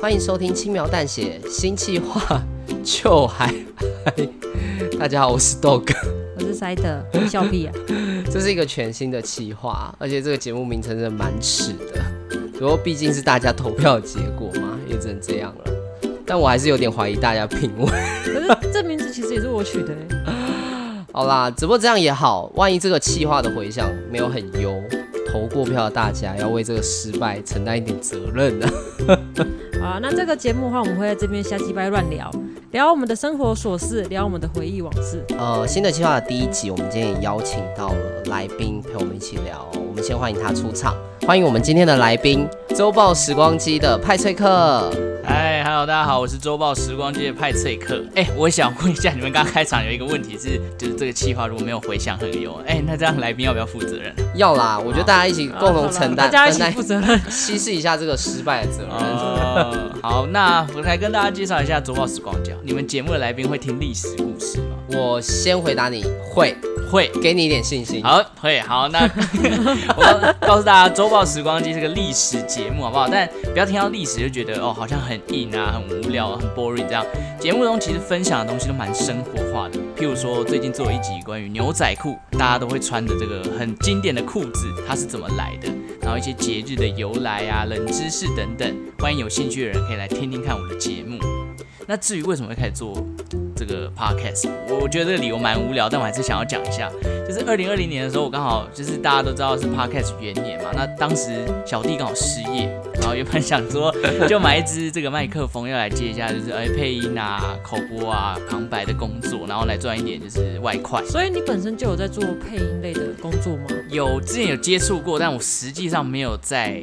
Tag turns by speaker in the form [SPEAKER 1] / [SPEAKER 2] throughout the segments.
[SPEAKER 1] 欢迎收听轻描淡写新计划就嗨嗨。大家好，我是 Dog，
[SPEAKER 2] 我是塞德，笑屁啊！
[SPEAKER 1] 这是一个全新的企划，而且这个节目名称真的蛮耻的。不过毕竟是大家投票的结果嘛，也只能这样了。但我还是有点怀疑大家品味。
[SPEAKER 2] 可是这名字其实也是我取的欸，
[SPEAKER 1] 好啦，只不过这样也好，万一这个企划的回响没有很优，投过票的大家要为这个失败承担一点责任啊。
[SPEAKER 2] 好啊，那这个节目的话，我们会在这边瞎鸡掰乱聊，聊我们的生活琐事，聊我们的回忆往事。
[SPEAKER 1] 呃，新的计划的第一集，我们今天也邀请到了来宾陪我们一起聊。我们先欢迎他出场，欢迎我们今天的来宾《周报时光机》的派翠克。
[SPEAKER 3] 嗨，Hello，大家哎好，我是周报时光机的派翠克。哎、我想问一下，你们刚刚开场有一个问题是，就是这个企划如果没有回响很有，哎、那这样来宾要不要负责任？
[SPEAKER 1] 要啦，我觉得大家一起共同承担，
[SPEAKER 2] 大家一起
[SPEAKER 1] 分担
[SPEAKER 2] 负责任。
[SPEAKER 1] 稀释一下这个失败的责任。
[SPEAKER 3] 哦，好，那我来跟大家介绍一下周报时光机啊。你们节目的来宾会听历史故事吗？
[SPEAKER 1] 我先回答你，会
[SPEAKER 3] 会。
[SPEAKER 1] 给你一点信心。
[SPEAKER 3] 好，会好，那 我告诉大家，《周报时光机》是个历史节目，好不好？但不要听到历史就觉得哦，好像很硬啊、很无聊、啊、很 boring 这样。节目中其实分享的东西都蛮生活化的，譬如说最近做了一集关于牛仔裤，大家都会穿的这个很经典的裤子，它是怎么来的，然后一些节日的由来啊、冷知识等等。欢迎有兴趣的人可以来听听看我的节目。那至于为什么会开始做这个 podcast，我我觉得这个理由蛮无聊，但我还是想要讲一下。就是二零二零年的时候，我刚好就是大家都知道是 podcast 元年嘛，那当时小弟刚好失业，然后原本想说 就买一支这个麦克风要来接一下，就是哎配音啊、口播啊、旁白的工作，然后来赚一点就是外快。
[SPEAKER 2] 所以你本身就有在做配音类的工作吗？
[SPEAKER 3] 有之前有接触过，但我实际上没有在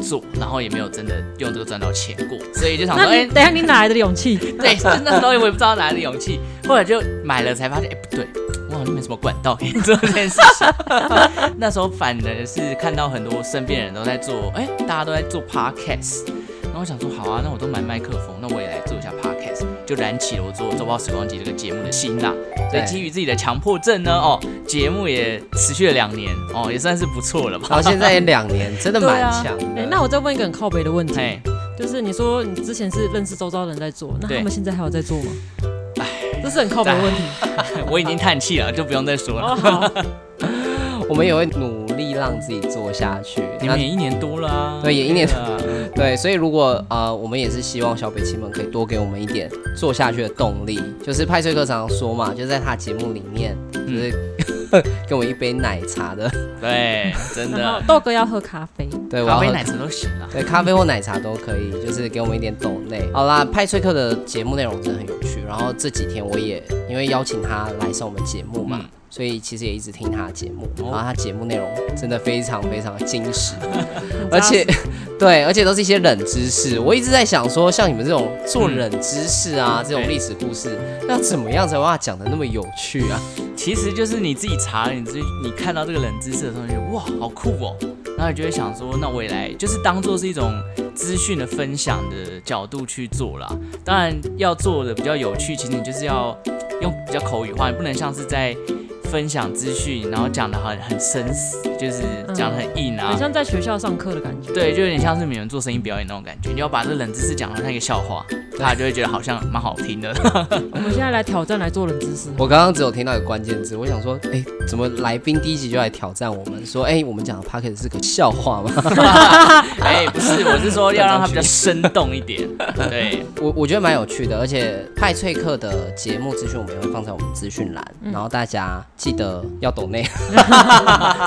[SPEAKER 3] 做，然后也没有真的用这个赚到钱过，所以就想说，
[SPEAKER 2] 那
[SPEAKER 3] 哎、
[SPEAKER 2] 你等一下你哪来的勇气？
[SPEAKER 3] 对，真的时候我也不知道哪来的勇气，后来就买了才发现，哎、不对，我好像没什么管道可以做这件事情。 那时候反而是看到很多身边的人都在做，哎、大家都在做 podcast，然后我想说，好啊，那我都买麦克风，那我也来做一下 podcast，就燃起了我做《周报时光机》这个节目的心啦。所以
[SPEAKER 1] 对
[SPEAKER 3] 基于自己的强迫症呢，哦，节目也持续了两年，哦，也算是不错了吧。
[SPEAKER 1] 然后现 在也两年，真的
[SPEAKER 2] 对
[SPEAKER 1] 蛮
[SPEAKER 2] 啊
[SPEAKER 1] 强的。，
[SPEAKER 2] 哎，那我再问一个很靠北的问题，
[SPEAKER 3] 哎，
[SPEAKER 2] 就是你说你之前是认识周遭的人在做，那
[SPEAKER 3] 对
[SPEAKER 2] 他们现在还有在做吗？这是很靠北的问题。
[SPEAKER 3] 我已经叹气了，就不用再说了。
[SPEAKER 2] 哦，好，
[SPEAKER 1] 我们也会努力让自己做下去。
[SPEAKER 3] 你
[SPEAKER 1] 那
[SPEAKER 3] 们也一年多了啊、
[SPEAKER 1] 对也一年
[SPEAKER 3] 对啊
[SPEAKER 1] 对，所以如果呃，我们也是希望小北亲们可以多给我们一点做下去的动力。就是派翠克常常说嘛，就在他节目里面，就是、 给我们一杯奶茶的，
[SPEAKER 3] 对，真
[SPEAKER 2] 然
[SPEAKER 3] 的
[SPEAKER 2] 后。豆哥要喝咖啡，
[SPEAKER 1] 对，我要
[SPEAKER 3] 咖啡
[SPEAKER 1] 喝
[SPEAKER 3] 奶茶都行啦。
[SPEAKER 1] 对，咖啡或奶茶都可以，就是给我们一点抖内。好啦，派翠克的节目内容真的很有趣，然后这几天我也因为邀请他来上我们节目嘛。
[SPEAKER 3] 嗯
[SPEAKER 1] 所以其实也一直听他的节目，
[SPEAKER 3] 哦
[SPEAKER 1] 然后他节目内容真的非常非常精实，
[SPEAKER 2] 很扎
[SPEAKER 1] 而且
[SPEAKER 2] 实
[SPEAKER 1] 对，而且都是一些冷知识。我一直在想说，像你们这种做冷知识啊，这种
[SPEAKER 3] 对
[SPEAKER 1] 历史故事，要怎么样才把它讲的那么有趣啊？
[SPEAKER 3] 其实就是你自己查了，你自己你看到这个冷知识的时候，你就觉得哇好酷哦，然后你就会想说，那我也来，就是当做是一种资讯的分享的角度去做啦。当然要做的比较有趣，其实你就是要用比较口语化，你不能像是在分享资讯，然后讲的很很深死，就是讲的很硬啊
[SPEAKER 2] 很。像在学校上课的感觉。
[SPEAKER 3] 对，就有点像是你们做声音表演那种感觉，你要把这冷知识讲的像一个笑话，大家就会觉得好像蛮好听的。
[SPEAKER 2] 我们现在来挑战来做冷知识。
[SPEAKER 1] 我刚刚只有听到一个关键字，我想说，哎，怎么来宾第一集就来挑战我们，说，哎，我们讲的 p o c k e t 是个笑话吗？
[SPEAKER 3] 哎、不是，我是说要让它比较生动一点。对，
[SPEAKER 1] 我我觉得蛮有趣的，而且派翠克的节目资讯我们也会放在我们资讯栏，
[SPEAKER 2] 嗯
[SPEAKER 1] 然后大家记得要抖 内，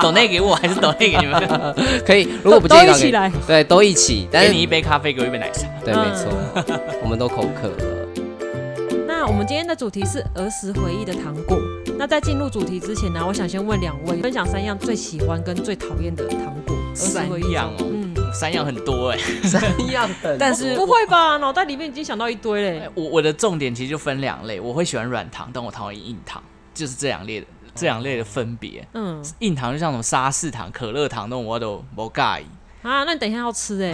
[SPEAKER 3] 抖内给我还是抖内给你们？
[SPEAKER 1] 可以，如果不介
[SPEAKER 2] 都
[SPEAKER 1] 意的
[SPEAKER 2] 一
[SPEAKER 1] 话可以
[SPEAKER 2] 起嗯来，
[SPEAKER 1] 对，都一起，但
[SPEAKER 3] 给
[SPEAKER 1] 是
[SPEAKER 3] 你一杯咖啡，给我一杯奶茶。
[SPEAKER 1] 对，没错，我们都口渴了。
[SPEAKER 2] 那我们今天的主题是儿时回忆的糖果。那那在进入主题之前呢、我想先问两位，分享三样最喜欢跟最讨厌的糖果。二十
[SPEAKER 3] 三
[SPEAKER 2] 回忆
[SPEAKER 3] 样哦，
[SPEAKER 2] 嗯，
[SPEAKER 3] 三样很多哎、
[SPEAKER 1] 三样的，
[SPEAKER 3] 但是
[SPEAKER 2] 不
[SPEAKER 3] 我
[SPEAKER 2] 会吧？脑袋里面已经想到一堆嘞。
[SPEAKER 3] 我我的重点其实就分两类，我会喜欢软糖，但我讨厌硬糖，就是这两类的这两类的分别。
[SPEAKER 2] 嗯
[SPEAKER 3] 硬糖就像什么沙士糖、可乐糖那种，我都不介意。
[SPEAKER 2] 啊，那你等一下要吃 哎，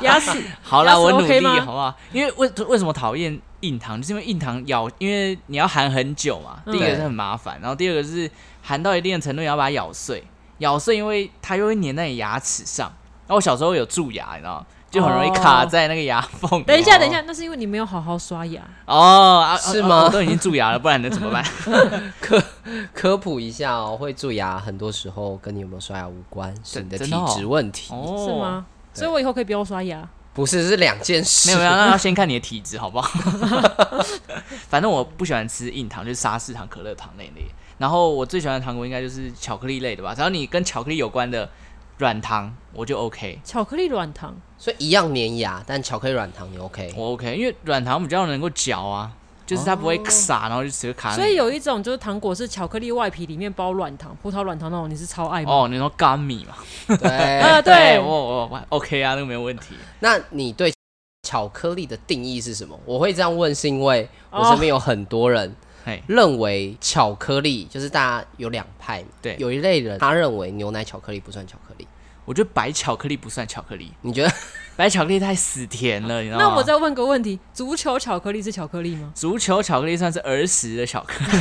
[SPEAKER 2] 牙齿
[SPEAKER 3] 好啦，
[SPEAKER 2] 牙齿
[SPEAKER 3] 我努
[SPEAKER 2] OK
[SPEAKER 3] 力
[SPEAKER 2] 吗
[SPEAKER 3] 好不好？因为为为什么讨厌硬糖，就是因为硬糖咬，因为你要含很久嘛。
[SPEAKER 2] 嗯
[SPEAKER 3] 第一个是很麻烦，然后第二个是含到一定的程度，你要把它咬碎。咬碎，因为它又会粘在你牙齿上。然后我小时候有蛀牙，你知道吗？就很容易卡在那个牙缝里。
[SPEAKER 2] 哦等一下，等一下，那是因为你没有好好刷牙。
[SPEAKER 3] 哦，啊
[SPEAKER 1] 是
[SPEAKER 3] 啊啊
[SPEAKER 1] 吗
[SPEAKER 3] 我都已经蛀牙了，不然能怎么 办？
[SPEAKER 1] 科科普一下哦，会蛀牙很多时候跟你有没有刷牙无关，是
[SPEAKER 3] 真
[SPEAKER 1] 你的
[SPEAKER 3] 真
[SPEAKER 1] 体
[SPEAKER 3] 的哦
[SPEAKER 1] 质问题，
[SPEAKER 3] 哦，
[SPEAKER 2] 是？吗？
[SPEAKER 1] 对
[SPEAKER 2] 所以我以后可以不用刷牙。
[SPEAKER 1] 不是是两件事。
[SPEAKER 3] 没有没有，那要先看你的体质好 不好？反正我不喜欢吃硬糖，就是沙士糖、可乐糖那一类。然后我最喜欢的糖果应该就是巧克力类的吧，只要你跟巧克力有关的软糖，我就 OK，
[SPEAKER 2] 巧克力软糖，
[SPEAKER 1] 所以一样粘牙，但巧克力软糖你 OK。
[SPEAKER 3] 我 OK，因为软糖比较能够嚼啊，就是它不会撒，然后就直接卡在
[SPEAKER 2] 哦
[SPEAKER 3] 你。
[SPEAKER 2] 所以有一种就是糖果是巧克力外皮里面包软糖，葡萄软糖那种，你是超爱吗？
[SPEAKER 3] 哦，你说干米嘛？
[SPEAKER 1] 对，
[SPEAKER 2] 啊，对，
[SPEAKER 3] 我我我 OK 啊，那个没有问题。
[SPEAKER 1] 那你对巧克力的定义是什么？我会这样问，是因为我身边有很多人
[SPEAKER 3] 嘿，
[SPEAKER 1] 认为巧克力就是大家有两派嘛，
[SPEAKER 3] 对
[SPEAKER 1] 有一类人他认为牛奶巧克力不算巧克力，
[SPEAKER 3] 我觉得白巧克力不算巧克力，
[SPEAKER 1] 你觉得？
[SPEAKER 3] 白巧克力太死甜了，你知道吗？
[SPEAKER 2] 那我再问个问题：足球巧克力是巧克力吗？
[SPEAKER 3] 足球巧克力算是儿时的巧克力，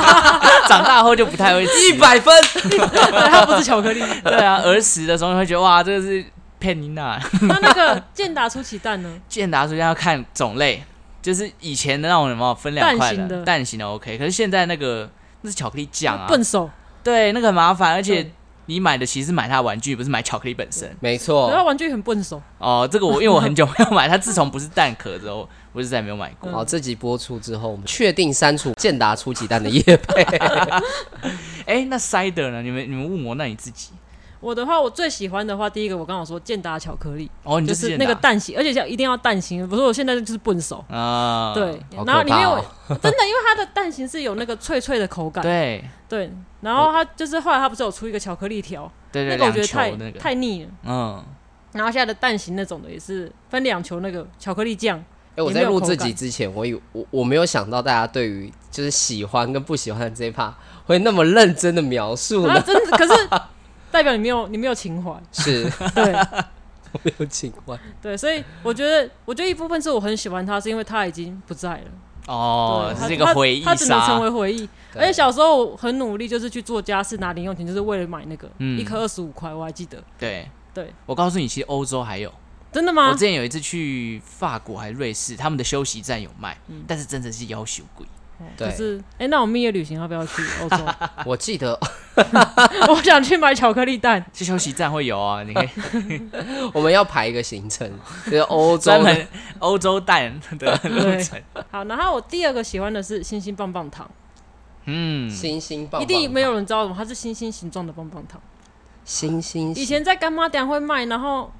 [SPEAKER 3] 长大后就不太会吃。
[SPEAKER 1] 百分，
[SPEAKER 2] 对，它不是巧克力。
[SPEAKER 3] 对啊，儿时的时候你会觉得哇，这个是骗你娜。
[SPEAKER 2] 那那个健达出奇蛋 呢？
[SPEAKER 3] 健达出现要看种类，就是以前的那种什么分两块
[SPEAKER 2] 蛋形的
[SPEAKER 3] 蛋形的 OK，可是现在那个那是巧克力酱啊，
[SPEAKER 2] 笨手，
[SPEAKER 3] 对，那个很麻烦，而且
[SPEAKER 2] 对
[SPEAKER 3] 你买的其实是买它的玩具，不是买巧克力本身。
[SPEAKER 1] 没
[SPEAKER 2] 可是它
[SPEAKER 1] 错。
[SPEAKER 2] 玩具很笨手。
[SPEAKER 3] 哦，这 个我因为我很久没有买，它自从不是蛋壳之后，我就再也没有买过。
[SPEAKER 1] 好，这集播出之后，我们确定删除健达出鸡蛋的业配。
[SPEAKER 3] 哎、那 cider 呢？你们你们问我，那你自己
[SPEAKER 2] 我的话，我最喜欢的话，第一个我刚好说健达巧克力，
[SPEAKER 3] 哦，你
[SPEAKER 2] 就
[SPEAKER 3] 就是
[SPEAKER 2] 是
[SPEAKER 3] 健
[SPEAKER 2] 那个
[SPEAKER 3] 达
[SPEAKER 2] 蛋形，而且要一定要蛋形，不是我现在就是笨手。
[SPEAKER 3] 啊，
[SPEAKER 2] 对，
[SPEAKER 1] 好可怕哦
[SPEAKER 2] 然后里面有真的，因为它的蛋形是有那个脆脆的口感。
[SPEAKER 3] 对
[SPEAKER 2] 对，然后它就是后来它不是有出一个巧克力条，
[SPEAKER 3] 对对，
[SPEAKER 2] 那个我觉得
[SPEAKER 3] 两球
[SPEAKER 2] 太
[SPEAKER 3] 那个
[SPEAKER 2] 太腻了。
[SPEAKER 3] 嗯，
[SPEAKER 2] 然后现在的蛋形那种的也是分两球那个巧克力酱，
[SPEAKER 1] 哎、我在录这集之前，我以我我没有想到大家对于就是喜欢跟不喜欢的这一 part 会那么认真的描述
[SPEAKER 2] 啊，
[SPEAKER 1] 呢，
[SPEAKER 2] 真的可是代表你没有你没有情怀，
[SPEAKER 1] 是
[SPEAKER 2] 对
[SPEAKER 1] 我没有情怀。
[SPEAKER 2] 对，所以我觉得我觉得一部分是我很喜欢它，是因为它已经不在了，
[SPEAKER 3] 哦
[SPEAKER 2] 对，它
[SPEAKER 3] 这是一个回忆
[SPEAKER 2] 它它只能
[SPEAKER 3] 杀
[SPEAKER 2] 成为回忆。而
[SPEAKER 1] 对
[SPEAKER 2] 哎且小时候我很努力，就是去做家事拿零用钱，就是为了买那个
[SPEAKER 3] 嗯
[SPEAKER 2] 一颗二十五块，我还记得。
[SPEAKER 3] 对
[SPEAKER 2] 对，啊
[SPEAKER 3] 我告诉你，其实欧洲还有。
[SPEAKER 2] 真的
[SPEAKER 3] 我
[SPEAKER 2] 吗
[SPEAKER 3] 之？前有一次去法国还是瑞士，他们的休息站有卖，
[SPEAKER 2] 嗯
[SPEAKER 3] 但是真的是要求贵。
[SPEAKER 2] 就
[SPEAKER 1] 对，
[SPEAKER 2] 是哎、那我蜜月旅行要不要去欧洲？
[SPEAKER 1] 我记得
[SPEAKER 2] 我想去买巧克力蛋。
[SPEAKER 3] 去休息站会有啊， 你可以
[SPEAKER 1] 我们要排一个行程，就是 欧洲
[SPEAKER 3] 专
[SPEAKER 1] 的
[SPEAKER 3] 门欧洲蛋的 路程。
[SPEAKER 2] 好，然后我第二个喜欢的是星星棒棒糖，
[SPEAKER 3] 嗯，
[SPEAKER 1] 星星棒棒糖，
[SPEAKER 2] 一定没有人知道吗？它是星星形状的棒棒糖。
[SPEAKER 1] 星星
[SPEAKER 2] 以前在干妈店会卖，然后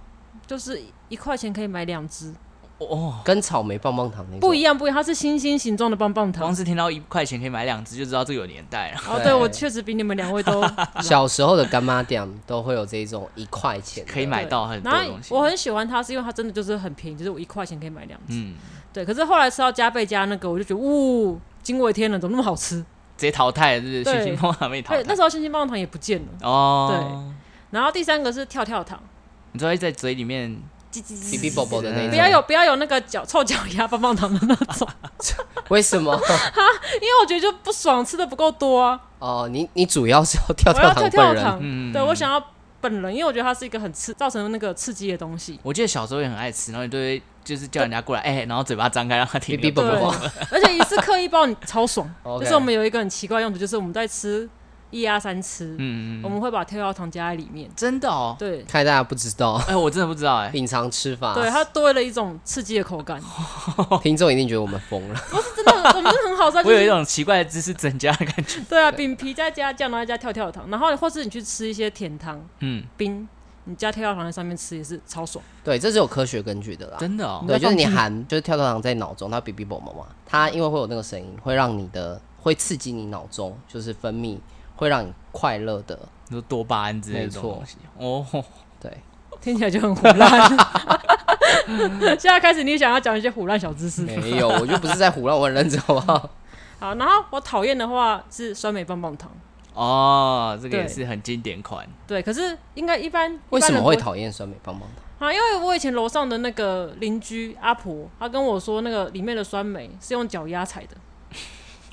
[SPEAKER 2] 就是一块钱可以买两只，
[SPEAKER 3] 哦，
[SPEAKER 1] 跟草莓棒棒糖那种
[SPEAKER 2] 不一样不一样，它是星星形状的棒棒糖
[SPEAKER 3] 光。是听到一块钱可以买两只，就知道这个有年代了。
[SPEAKER 2] 哦，
[SPEAKER 1] 对
[SPEAKER 2] 对我确实比你们两位 都
[SPEAKER 1] 小时候的干妈店都会有这种一块钱的
[SPEAKER 3] 可以买到很多
[SPEAKER 2] 然后
[SPEAKER 3] 东西。
[SPEAKER 2] 我很喜欢它，是因为它真的就是很便宜，就是我一块钱可以买两只。
[SPEAKER 3] 嗯，
[SPEAKER 2] 对，可是后来吃到加倍加那个，我就觉得，呜，惊为天人，怎么那么好吃？
[SPEAKER 3] 直接淘汰了是不是？
[SPEAKER 2] 对
[SPEAKER 3] 星星棒还没淘
[SPEAKER 2] 对，那
[SPEAKER 3] 汰。
[SPEAKER 2] 时候星星棒棒糖也不见了。
[SPEAKER 3] 哦，
[SPEAKER 2] 然后第三个是跳跳糖，
[SPEAKER 3] 你知道在嘴里面
[SPEAKER 1] 哔哔啵啵的那
[SPEAKER 2] 不
[SPEAKER 1] 种，
[SPEAKER 2] 要有不要有那个脚臭脚丫棒棒糖的那种，
[SPEAKER 1] 为什么？
[SPEAKER 2] 因为我觉得就不爽，吃的不够多啊。
[SPEAKER 1] 哦，你你主要是要跳
[SPEAKER 2] 我要跳
[SPEAKER 1] 糖本
[SPEAKER 2] 跳
[SPEAKER 1] 人，
[SPEAKER 2] 糖，
[SPEAKER 3] 嗯
[SPEAKER 2] 对我想要本人，因为我觉得它是一个很刺造成那个刺激的东西。
[SPEAKER 3] 我记得小时候也很爱吃，然后你都会就是叫人家过来，哎、然后嘴巴张开让他
[SPEAKER 1] 哔
[SPEAKER 3] 停留。
[SPEAKER 1] 哔啵
[SPEAKER 2] 对
[SPEAKER 1] 啵，，
[SPEAKER 2] 而且一次刻一包你超爽。
[SPEAKER 1] OK
[SPEAKER 2] 就是我们有一个很奇怪的用途，就是我们在吃一压三吃，
[SPEAKER 3] 嗯嗯
[SPEAKER 2] 我
[SPEAKER 3] 嗯，
[SPEAKER 2] 们会把跳跳糖加在里面。
[SPEAKER 3] 真的哦。
[SPEAKER 2] 对
[SPEAKER 1] 看大家不知道
[SPEAKER 3] 哎、我真的不知道哎、
[SPEAKER 1] 品尝吃法，
[SPEAKER 2] 对，哦它多了一种刺激的口 感，
[SPEAKER 1] 听众一定觉得我们疯了。
[SPEAKER 2] 真的我们是很好吃啊。就
[SPEAKER 3] 我有一
[SPEAKER 2] 是
[SPEAKER 3] 种奇怪的知识增加的感 觉。
[SPEAKER 2] 对啊，饼皮再加酱，然后再加跳跳糖，然后或是你去吃一些甜汤
[SPEAKER 3] 嗯，
[SPEAKER 2] 冰，你加跳跳糖在上面吃也是超爽。
[SPEAKER 1] 对，这是有科学根据的啦。
[SPEAKER 3] 真的哦。
[SPEAKER 1] 对，就是你含，就是跳跳糖在脑中，它哔哔啵啵嘛，它因为会有那个声音，会让你的会刺激你脑中就是分泌会让你快乐的，
[SPEAKER 3] 你说多巴胺之类的这种东西哦，
[SPEAKER 1] 对，
[SPEAKER 2] 听起来就很胡 乱。现在开始，你想要讲一些胡乱小知识。
[SPEAKER 1] 没有，我就不是在胡乱，我很认真，好 不好？
[SPEAKER 2] 好，然后我讨厌的话是酸梅棒棒糖。
[SPEAKER 3] 哦，这个也
[SPEAKER 2] 对
[SPEAKER 3] 是很经典款，
[SPEAKER 2] 对，可是应该一般
[SPEAKER 1] 为什么会？
[SPEAKER 2] 一般人
[SPEAKER 1] 讨厌酸梅棒棒糖？
[SPEAKER 2] 不啊，因为我以前楼上的那个邻居阿婆，她跟我说那个里面的酸梅是用脚丫踩的。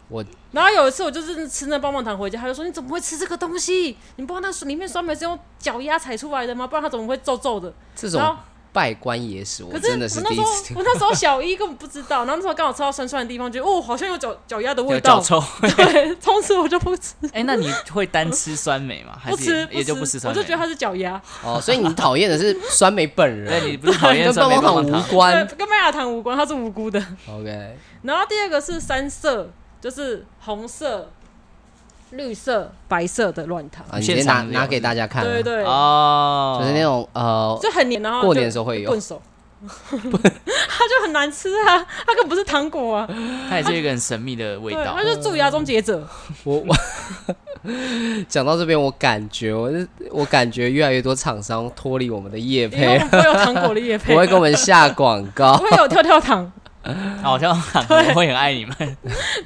[SPEAKER 1] 我
[SPEAKER 2] 然后有一次我就是吃那棒棒糖回家，她就说你怎么会吃这个东西？你不知道那里面酸梅是用脚丫踩出来的吗？不然它怎么会皱皱的？
[SPEAKER 1] 这
[SPEAKER 2] 然
[SPEAKER 1] 种
[SPEAKER 2] 后
[SPEAKER 1] 拜官野史，我
[SPEAKER 2] 可
[SPEAKER 1] 真的
[SPEAKER 2] 我
[SPEAKER 1] 是
[SPEAKER 2] 那
[SPEAKER 1] 第
[SPEAKER 2] 时
[SPEAKER 1] 一
[SPEAKER 2] 候
[SPEAKER 1] 次听
[SPEAKER 2] 我那时候小一根本不知道，然后那时候刚好吃到酸酸的地方，觉得哦好像有脚脚丫的
[SPEAKER 3] 有
[SPEAKER 2] 味
[SPEAKER 3] 脚
[SPEAKER 2] 道，
[SPEAKER 3] 臭。
[SPEAKER 2] 对，从此我就不吃
[SPEAKER 3] 哎，那你会单吃酸梅吗？ 还
[SPEAKER 2] 不
[SPEAKER 3] 是
[SPEAKER 2] 吃
[SPEAKER 3] 也也就不吃
[SPEAKER 2] 吃，
[SPEAKER 3] 酸
[SPEAKER 2] 我
[SPEAKER 3] 梅？
[SPEAKER 2] 就觉得它是脚丫，
[SPEAKER 1] 哦，所以你讨厌的是酸梅本人，
[SPEAKER 3] 对你不是讨 厌
[SPEAKER 1] 跟
[SPEAKER 3] 酸
[SPEAKER 1] 棒
[SPEAKER 3] 梅
[SPEAKER 1] 棒
[SPEAKER 3] 棒
[SPEAKER 1] 糖
[SPEAKER 3] 棒
[SPEAKER 1] 无
[SPEAKER 3] 糖？
[SPEAKER 1] 关。
[SPEAKER 2] 对跟麦芽糖无关，它是无辜的。
[SPEAKER 1] OK，
[SPEAKER 2] 然后第二个是三色，就是红色、绿色、白色的软糖，
[SPEAKER 1] 啊，你直接
[SPEAKER 3] 现场
[SPEAKER 1] 拿
[SPEAKER 3] 的
[SPEAKER 1] 拿给大家看啊，
[SPEAKER 2] 对对，
[SPEAKER 3] 哦，
[SPEAKER 1] 就是那种呃，
[SPEAKER 2] 就很黏，然后
[SPEAKER 1] 过
[SPEAKER 2] 就
[SPEAKER 1] 年的时候会有
[SPEAKER 2] 棍手， 它就很难吃啊，它更不是糖果啊，
[SPEAKER 3] 它也是有一个很神秘的味
[SPEAKER 2] 对，
[SPEAKER 3] 道
[SPEAKER 2] 它。就是蛀牙终结者。
[SPEAKER 1] 我我讲到这边，我 感觉我是我感觉越来越多厂商脱离我们的业
[SPEAKER 3] 嗯
[SPEAKER 2] 以后我
[SPEAKER 1] 配，
[SPEAKER 2] 们不会有糖果的叶
[SPEAKER 1] 不
[SPEAKER 2] 配，
[SPEAKER 1] 会给我们下广 告
[SPEAKER 2] 不。会有跳跳糖。
[SPEAKER 3] 好像我会很爱你们。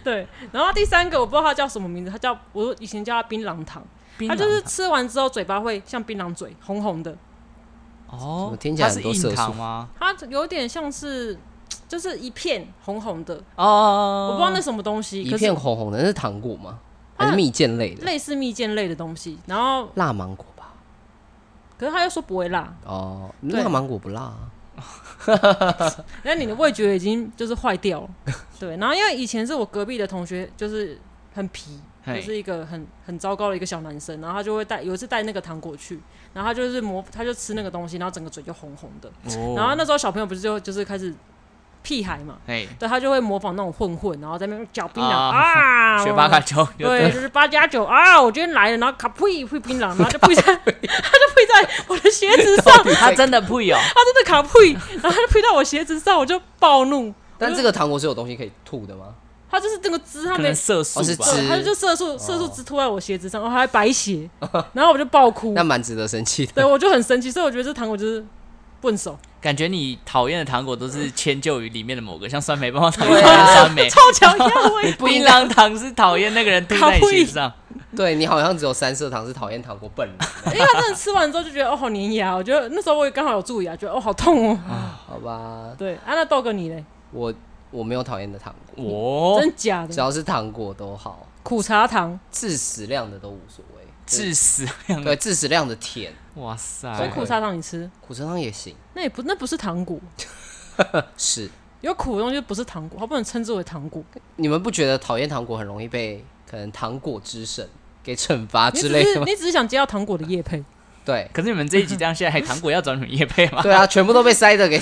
[SPEAKER 2] 对，然后第三个我不知道它叫什么名字，它叫我以前叫它槟榔糖， 它
[SPEAKER 3] 它
[SPEAKER 2] 就是吃完之后嘴巴会像槟榔嘴，红红的，
[SPEAKER 3] 哦，
[SPEAKER 1] 我听起来
[SPEAKER 3] 它
[SPEAKER 1] 很多
[SPEAKER 3] 是
[SPEAKER 1] 色
[SPEAKER 3] 硬
[SPEAKER 1] 素
[SPEAKER 3] 糖吗？
[SPEAKER 2] 它有点像是就是一片红红的，
[SPEAKER 3] 哦，
[SPEAKER 2] 我不知道那什么东西，
[SPEAKER 1] 一
[SPEAKER 2] 可是
[SPEAKER 1] 片红红的，那是糖果吗？还是
[SPEAKER 2] 它
[SPEAKER 1] 蜜饯类的？
[SPEAKER 2] 类似蜜饯类的东西，然后
[SPEAKER 1] 辣芒果吧？
[SPEAKER 2] 可是他又说不会辣，
[SPEAKER 1] 哦，
[SPEAKER 2] 对
[SPEAKER 1] 辣芒果不辣啊。
[SPEAKER 2] 那你的味觉已经就是坏掉了，对。然后因为以前是我隔壁的同学，就是很皮，
[SPEAKER 3] 嘿
[SPEAKER 2] 就是一个很很糟糕的一个小男生，然后他就会带有一次带那个糖果去，然后他就是磨，他就吃那个东西，然后整个嘴就红红的。
[SPEAKER 3] 哦
[SPEAKER 2] 然后那时候小朋友不是就就是开始屁孩嘛，
[SPEAKER 3] 哎，
[SPEAKER 2] 对他就会模仿那种混混，然后在那边嚼槟榔
[SPEAKER 3] 啊
[SPEAKER 2] 啊，
[SPEAKER 3] 学巴卡丘就
[SPEAKER 2] 对，就是八加九啊！我今天来了，然后卡呸呸槟榔，然后就呸在， 他就呸在我的鞋子上，
[SPEAKER 3] 对它真的不有，
[SPEAKER 2] 他真的卡呸，然后他就呸到我鞋子上，我就暴怒。
[SPEAKER 1] 但这个糖果是有东西可以吐的吗？
[SPEAKER 2] 他就是那个汁，他
[SPEAKER 3] 可
[SPEAKER 2] 没
[SPEAKER 3] 能色素
[SPEAKER 1] 哦是
[SPEAKER 3] 吧。
[SPEAKER 1] 汁
[SPEAKER 2] 对，他就色素色素汁吐在我鞋子上，然后还白血，然后我就爆哭
[SPEAKER 1] 那。蛮值得生气的。
[SPEAKER 2] 对，我就很生气，所以我觉得这糖果就是笨手，
[SPEAKER 3] 感觉你讨厌的糖果都是迁就于里面的某个，像酸梅棒棒糖
[SPEAKER 1] 对
[SPEAKER 3] 讨
[SPEAKER 1] 啊
[SPEAKER 3] 厌酸梅，
[SPEAKER 2] 泡脚要味。
[SPEAKER 3] 槟榔糖是讨厌那个人吐在你身上。
[SPEAKER 1] 对你好像只有三色糖是讨厌糖果本人，
[SPEAKER 2] 因为他真的吃完之后就觉得哦好粘牙，我觉得那时候我也刚好有蛀牙，觉得哦好痛哦。
[SPEAKER 1] 好吧？
[SPEAKER 2] 对，啊那豆哥你嘞？
[SPEAKER 1] 我我没有讨厌的糖果，
[SPEAKER 3] 哦，
[SPEAKER 2] 真假
[SPEAKER 1] 只
[SPEAKER 2] 的？
[SPEAKER 1] 要是糖果都好，
[SPEAKER 2] 苦茶糖，
[SPEAKER 1] 致死量的都无所谓。
[SPEAKER 3] 致死量的，
[SPEAKER 1] 对致死量的甜，
[SPEAKER 3] 哇
[SPEAKER 2] 所以
[SPEAKER 3] 塞！
[SPEAKER 2] 苦茶糖你吃，
[SPEAKER 1] 苦橙糖也行，
[SPEAKER 2] 那也不那不是糖果，
[SPEAKER 1] 是。
[SPEAKER 2] 有苦的东西就不是糖果，它不能称之为糖果。
[SPEAKER 1] 你们不觉得讨厌糖果很容易被可能糖果之神给惩罚
[SPEAKER 2] 你
[SPEAKER 1] 之
[SPEAKER 2] 只
[SPEAKER 1] 类
[SPEAKER 2] 是
[SPEAKER 1] 的吗？
[SPEAKER 2] 你只是想接到糖果的叶配。
[SPEAKER 1] 对
[SPEAKER 3] 可是你们这一集这样下来，糖果要找你们叶配 吗？
[SPEAKER 1] 对啊，全部都被塞的给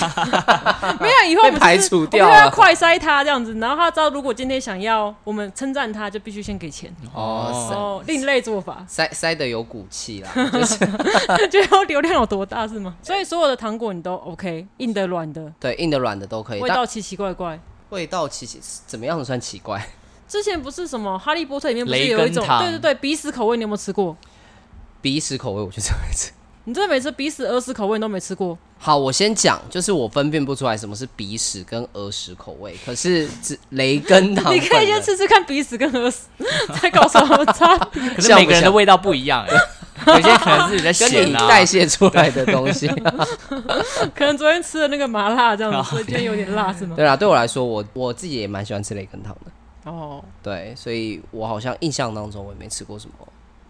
[SPEAKER 2] 没有，以后我们
[SPEAKER 1] 啊被排除掉
[SPEAKER 2] 我
[SPEAKER 1] 啊
[SPEAKER 2] 们要快筛他这样子，然后他知道如果今天想要我们称赞他，就必须先给钱
[SPEAKER 1] 哦，
[SPEAKER 2] 哦，另类做法
[SPEAKER 1] 塞塞塞的有骨气啦，就是
[SPEAKER 2] 就要流量有多大是吗？所以所有的糖果你都 OK，硬的软的，
[SPEAKER 1] 对硬的软的都可以。
[SPEAKER 2] 味
[SPEAKER 1] 但
[SPEAKER 2] 道奇奇怪怪。
[SPEAKER 1] 味道其实怎么样算奇怪？
[SPEAKER 2] 之前不是什么《哈利波特》里面不是
[SPEAKER 3] 雷
[SPEAKER 2] 有一
[SPEAKER 3] 根
[SPEAKER 2] 种
[SPEAKER 3] 糖
[SPEAKER 2] 对对对鼻屎口味，你有没有吃过？
[SPEAKER 1] 鼻屎口味我就这么吃。
[SPEAKER 2] 你真的每次鼻屎、耳屎口味你都没吃过？
[SPEAKER 1] 好，我先讲，就是我分辨不出来什么是鼻屎跟耳屎口味，可是只雷根糖
[SPEAKER 2] 你可以
[SPEAKER 1] 本
[SPEAKER 2] 先
[SPEAKER 1] 人
[SPEAKER 2] 吃吃看鼻屎跟耳屎，再告诉我们 差别。
[SPEAKER 3] 可是
[SPEAKER 1] 像
[SPEAKER 3] 每个人
[SPEAKER 1] 不像
[SPEAKER 3] 的味道不一样，哎有些可能是你在
[SPEAKER 1] 跟
[SPEAKER 3] 咸
[SPEAKER 1] 你
[SPEAKER 3] 啊，
[SPEAKER 1] 代谢出来的东西。
[SPEAKER 2] 可能昨天吃的那个麻辣这样子，所以今天有点辣是吗？
[SPEAKER 1] 哦对啦，对我来说，我我自己也蛮喜欢吃雷根糖的。
[SPEAKER 2] 哦，
[SPEAKER 1] 对，所以我好像印象当中我也没吃过什么，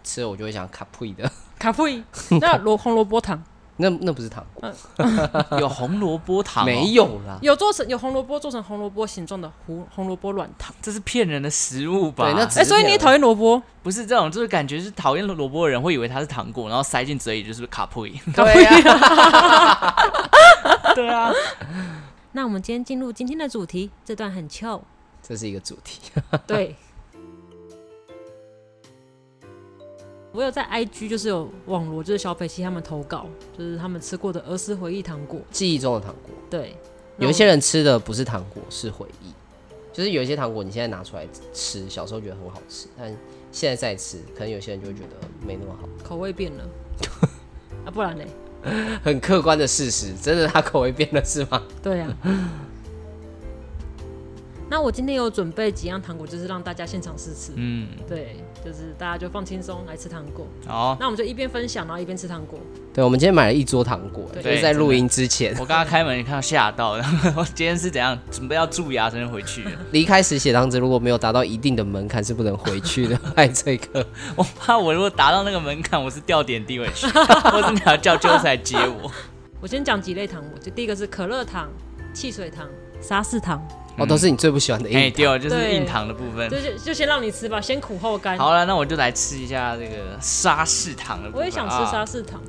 [SPEAKER 1] 吃了我就会想卡普里的，
[SPEAKER 2] 卡布伊，那萝 红萝卜糖。
[SPEAKER 1] 那那不是糖果，
[SPEAKER 3] 有红萝卜糖哦，
[SPEAKER 1] 没有啦。
[SPEAKER 2] 有做成有红萝卜做成红萝卜形状的胡红萝卜软糖，
[SPEAKER 3] 这是骗人的食物吧？
[SPEAKER 1] 对那
[SPEAKER 2] 哎、
[SPEAKER 1] 只是
[SPEAKER 2] 所以你也讨厌萝卜？
[SPEAKER 3] 不是这种，就是感觉是讨厌萝卜的人会以为它是糖果，然后塞进嘴里就是卡 布里。
[SPEAKER 1] 对啊呀、
[SPEAKER 3] 对啊，
[SPEAKER 2] 啊 那我们今天进入今天的主题，这段很臭。
[SPEAKER 1] 这是一个主题。
[SPEAKER 2] 对，我有在 IG 就是有网罗，就是小北西他们投稿，就是他们吃过的儿时回忆糖果。
[SPEAKER 1] 记忆中的糖果，
[SPEAKER 2] 对，
[SPEAKER 1] 有一些人吃的不是糖果，是回忆。就是有一些糖果你现在拿出来吃，小时候觉得很好吃，但现在再吃，可能有些人就会觉得没那么好。
[SPEAKER 4] 口味 变了啊，不然呢？
[SPEAKER 1] 很客观的事实，真的他口味变了是吗？
[SPEAKER 4] 对呀、
[SPEAKER 2] 啊那我今天有准备几样糖果，就是让大家现场试吃。
[SPEAKER 3] 嗯，哦
[SPEAKER 2] 对，就是大家就放轻松来吃糖果。
[SPEAKER 3] 好，
[SPEAKER 2] 那我们就一边分享，然后一边吃糖果。
[SPEAKER 1] 对，我们今天买了一桌糖果，就
[SPEAKER 2] 对
[SPEAKER 1] 是在录音之前，
[SPEAKER 3] 我刚刚开门看到吓到，然后我今天是怎样准备要蛀牙才能回去？
[SPEAKER 1] 离开时血糖值如果没有达到一定的门槛是不能回去的。爱这个，
[SPEAKER 3] 我怕我如果达到那个门槛，我是掉点地回去，或是你要叫救护车来接我。
[SPEAKER 2] 我先讲几类糖果，就第一个是可乐糖、汽水糖、沙士糖，
[SPEAKER 1] 哦，都是你最不喜欢的
[SPEAKER 3] 哎，
[SPEAKER 1] 硬
[SPEAKER 3] 对
[SPEAKER 1] 糖。
[SPEAKER 3] 哦，就是
[SPEAKER 2] 对
[SPEAKER 3] 硬糖的部分
[SPEAKER 2] 就。就就先让你吃吧，先苦后甘。
[SPEAKER 3] 好了，那我就来吃一下这个沙士糖的部分。
[SPEAKER 2] 我也想吃
[SPEAKER 3] 啊
[SPEAKER 2] 沙士糖，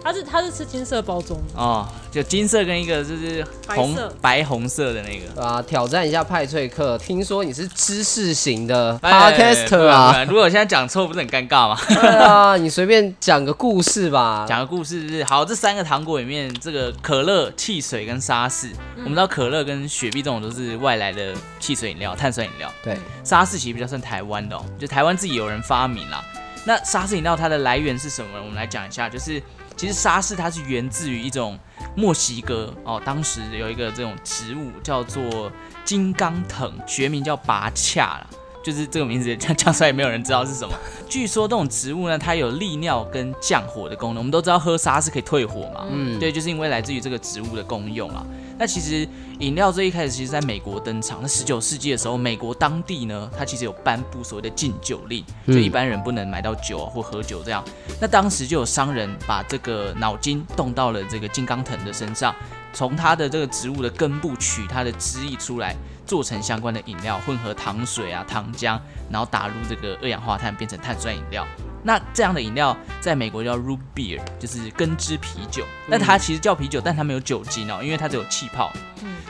[SPEAKER 2] 它是它是吃金色包装，
[SPEAKER 3] 哦，就金色跟一个就是红
[SPEAKER 2] 白色
[SPEAKER 3] 白红色的那个。
[SPEAKER 1] 啊，挑战一下派翠克，听说你是知识型的
[SPEAKER 3] 哎不
[SPEAKER 1] podcaster
[SPEAKER 3] 然不
[SPEAKER 1] 啊，
[SPEAKER 3] 然如果我现在讲错，不是很尴尬吗？
[SPEAKER 1] 对啊，你随便讲个故事吧。
[SPEAKER 3] 讲个故事就是，好，这三个糖果里面，这个可乐、汽水跟沙士，我们知道可乐跟雪碧这种都是外来的汽水饮料、碳酸饮料，
[SPEAKER 1] 对，
[SPEAKER 3] 沙士其实比较算台湾的、哦，就台湾自己有人发明啦。那沙士饮料它的来源是什么？我们来讲一下，就是其实沙士它是源自于一种墨西哥哦，当时有一个这种植物叫做金刚藤，学名叫拔恰啦。就是这个名字 讲讲出来也没有人知道是什么。据说这种植物呢，它有利尿跟降火的功能。我们都知道喝沙是可以退火嘛，嗯，对，就是因为来自于这个植物的功用啦。那其实饮料最一开始其实在美国登场，那十九世纪的时候，美国当地呢，它其实有颁布所谓的禁酒令，就一般人不能买到酒啊或喝酒这样。那当时就有商人把这个脑筋动到了这个金刚藤的身上，从它的这个植物的根部取它的汁液出来，做成相关的饮料，混合糖水啊、糖浆，然后打入这个二氧化碳，变成碳酸饮料。那这样的饮料在美国叫 root beer，就是根汁啤酒。但它其实叫啤酒，但它没有酒精哦，因为它只有气泡。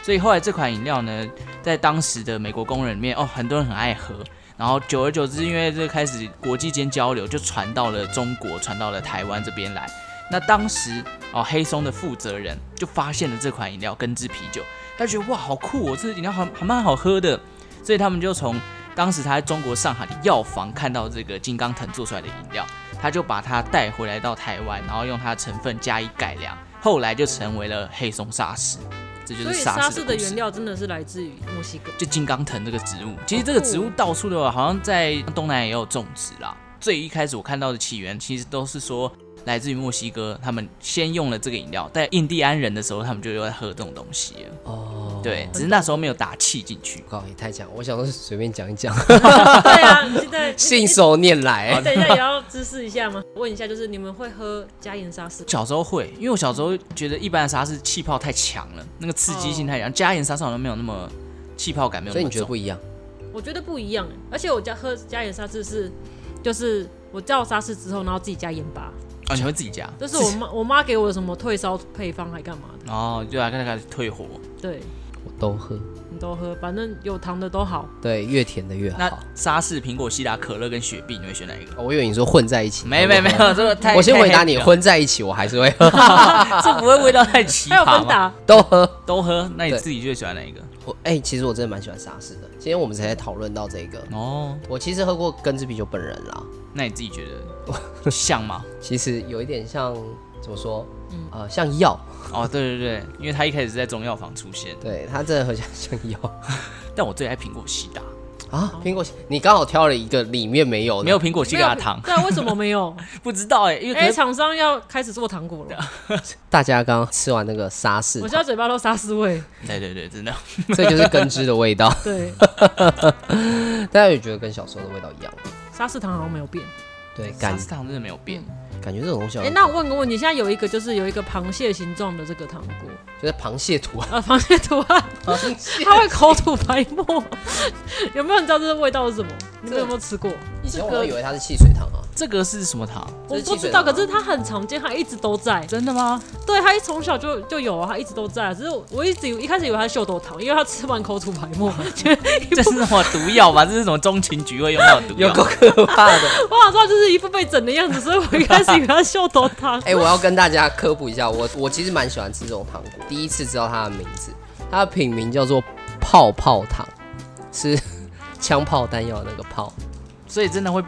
[SPEAKER 3] 所以后来这款饮料呢，在当时的美国工人里面，哦，很多人很爱喝。然后久而久之，因为这开始国际间交流，就传到了中国，传到了台湾这边来。那当时哦，黑松的负责人就发现了这款饮料根汁啤酒，他觉得哇，好酷哦，这饮料还还蛮好喝的，所以他们就从当时他在中国上海的药房看到这个金刚藤做出来的饮料，他就把它带回来到台湾，然后用它的成分加以改良，后来就成为了黑松沙士。这就
[SPEAKER 2] 所
[SPEAKER 3] 是
[SPEAKER 2] 以
[SPEAKER 3] 沙
[SPEAKER 2] 沙
[SPEAKER 3] 士
[SPEAKER 2] 士
[SPEAKER 3] 的
[SPEAKER 2] 的
[SPEAKER 3] 故事
[SPEAKER 2] 原料真的是来自于墨西哥。
[SPEAKER 3] 就金刚藤这个植物。其实这个植物到处都有，好像在东南亚也有种植啦。最一开始我看到的起源，其实都是说来自于墨西哥，他们先用了这个饮料，在印第安人的时候，他们就有在喝这种东西了。
[SPEAKER 1] 哦，
[SPEAKER 3] 对，只是那时候没有打气进去。
[SPEAKER 1] 我靠，也太强！我想说随便讲一讲，
[SPEAKER 2] 对啊，你现 在
[SPEAKER 1] 信手拈
[SPEAKER 2] 你
[SPEAKER 3] 哦
[SPEAKER 1] 来。
[SPEAKER 2] 等一下也要支持一下吗？问一下，就是你们会喝加盐沙士？
[SPEAKER 3] 小时候会，因为我小时候觉得一般的沙士气泡太强了，那个刺激性太强，加盐沙士好像没有那么气泡感，没有
[SPEAKER 1] 所
[SPEAKER 3] 那
[SPEAKER 1] 以你
[SPEAKER 3] 么
[SPEAKER 1] 觉得
[SPEAKER 3] 重。
[SPEAKER 1] 不一样？
[SPEAKER 2] 我觉得不一样欸，而且我家喝加盐沙士是，就是我叫沙士之后，然后自己加盐巴，
[SPEAKER 3] 哦，你会自己加？
[SPEAKER 2] 这是我妈我妈给我的什么退烧配方还干嘛的？
[SPEAKER 3] 哦，对啊，刚才开始退火。
[SPEAKER 2] 对
[SPEAKER 1] 我都喝，
[SPEAKER 2] 你都喝，反正有糖的都好。
[SPEAKER 1] 对，越甜的越
[SPEAKER 3] 那
[SPEAKER 1] 好。
[SPEAKER 3] 沙士、苹果西达、可乐跟雪碧，你会选哪一个？
[SPEAKER 1] 哦我以为你说混在一起，
[SPEAKER 3] 没没没
[SPEAKER 1] 我喝
[SPEAKER 3] 有，这个太
[SPEAKER 1] 我先回答你，
[SPEAKER 3] 太
[SPEAKER 1] 混在一起我还是会喝，
[SPEAKER 3] 这不会味道太奇葩
[SPEAKER 2] 还有
[SPEAKER 3] 吗
[SPEAKER 2] 芬达，
[SPEAKER 1] 都喝。
[SPEAKER 3] 都喝，那你
[SPEAKER 1] 对
[SPEAKER 3] 自己最喜欢哪一个？
[SPEAKER 1] 我哎、其实我真的蛮喜欢沙士的。今天我们才在讨论到这个，
[SPEAKER 3] 哦，
[SPEAKER 1] 我其实喝过根汁啤酒本人啦，
[SPEAKER 3] 那你自己觉得像吗？
[SPEAKER 1] 其实有一点像怎么说？呃，像药，
[SPEAKER 3] 哦，对对对，因为它一开始是在中药房出现，
[SPEAKER 1] 对，它真的很像像药
[SPEAKER 3] 但我最爱苹果西达，
[SPEAKER 1] 啊。苹果西，你刚好挑了一个里面没有的，
[SPEAKER 3] 没有苹果西达糖，
[SPEAKER 2] 对啊，为什么没有？
[SPEAKER 3] 不知道哎，因为
[SPEAKER 2] 哎、
[SPEAKER 3] 可是
[SPEAKER 2] 厂商要开始做糖果了，
[SPEAKER 1] 大家刚刚吃完那个沙士
[SPEAKER 2] 我，现在嘴巴都沙士味。
[SPEAKER 3] 对对对，真的，
[SPEAKER 1] 这就是根汁的味道。
[SPEAKER 2] 对，
[SPEAKER 1] 大家也觉得跟小时候的味道一样吗？
[SPEAKER 2] 沙士糖好像没有变。
[SPEAKER 1] 对，感
[SPEAKER 3] 沙士糖真的没有变，
[SPEAKER 1] 感觉这种东西好
[SPEAKER 2] 哎、
[SPEAKER 1] 像，
[SPEAKER 2] 那我问个问题，现在有一个就是有一个螃蟹形状的这个糖果，
[SPEAKER 1] 就是螃蟹 图案，
[SPEAKER 2] 啊，螃蟹图案， 它会口吐白沫， 有没有人知道这个味道是什么？你们有没有吃过？
[SPEAKER 1] 以前我会以为它是汽水糖啊，
[SPEAKER 3] 这个是什么糖？
[SPEAKER 1] 这
[SPEAKER 2] 我
[SPEAKER 1] 是
[SPEAKER 2] 不
[SPEAKER 1] 汽水
[SPEAKER 2] 知
[SPEAKER 1] 糖
[SPEAKER 2] 道，
[SPEAKER 1] 啊
[SPEAKER 2] 可是它很常见，它一直都在。
[SPEAKER 3] 真的吗？
[SPEAKER 2] 对，它一从小就就有啊，它一直都在啊。只是我一直以为一开始以为它是秀豆糖，因为它吃完口吐白 沫，觉得
[SPEAKER 3] 这是什么毒药吧？这是什么中情局会用到的毒
[SPEAKER 1] 有
[SPEAKER 3] 药？
[SPEAKER 1] 够可怕的。
[SPEAKER 2] 我想说它就是一副被整的样子，所以我一开始以为它是秀豆 糖。
[SPEAKER 1] 哎、我要跟大家科普一下，我我其实蛮喜欢吃这种糖果。第一次知道它的名字，它的品名叫做泡泡糖，是 枪炮弹药的那个炮，
[SPEAKER 3] 所以真的会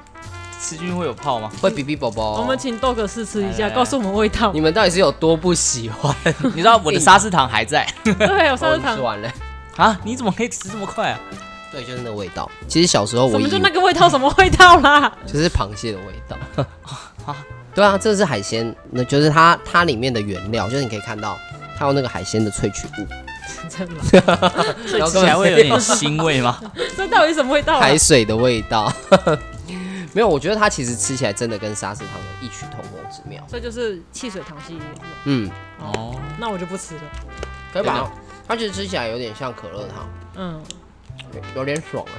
[SPEAKER 3] 吃进去会有 泡吗？
[SPEAKER 1] 会比比宝宝。
[SPEAKER 2] 我们请豆哥试吃一
[SPEAKER 3] 来来
[SPEAKER 2] 下，
[SPEAKER 3] 来
[SPEAKER 2] 告诉我们味道
[SPEAKER 1] 哦哎你。们到底是有多不喜欢？
[SPEAKER 3] 你知道我的沙士糖还在
[SPEAKER 2] 对，有 砂
[SPEAKER 1] 我
[SPEAKER 2] 糖。
[SPEAKER 1] 吃完了，
[SPEAKER 3] 啊？你怎么可以吃这么快啊？
[SPEAKER 1] 对，就是那个味道。其实小时候
[SPEAKER 2] 什
[SPEAKER 1] 我以
[SPEAKER 2] 么就
[SPEAKER 1] 为
[SPEAKER 2] 那个味道？什么味道啦？
[SPEAKER 1] 就是螃蟹的味道。 对啊，这是海鲜，那就是它它里面的原料，就是你可以看到它有那个海鲜的萃取物，
[SPEAKER 2] 真 的吗，
[SPEAKER 3] 所以吃起来会有点腥味吗？
[SPEAKER 2] 这到底什么味道啊？
[SPEAKER 1] 海水的味道。 没有，我觉得它其实吃起来真的跟沙士糖有异曲同工之妙。
[SPEAKER 2] 这就是汽水糖系列。
[SPEAKER 1] 嗯，
[SPEAKER 3] 哦，
[SPEAKER 2] 那我就不吃了。
[SPEAKER 1] 可以
[SPEAKER 3] 真
[SPEAKER 1] 吧
[SPEAKER 3] 的？
[SPEAKER 1] 它其实吃起来有点像可乐糖，
[SPEAKER 2] 嗯，
[SPEAKER 1] 有有点爽啊。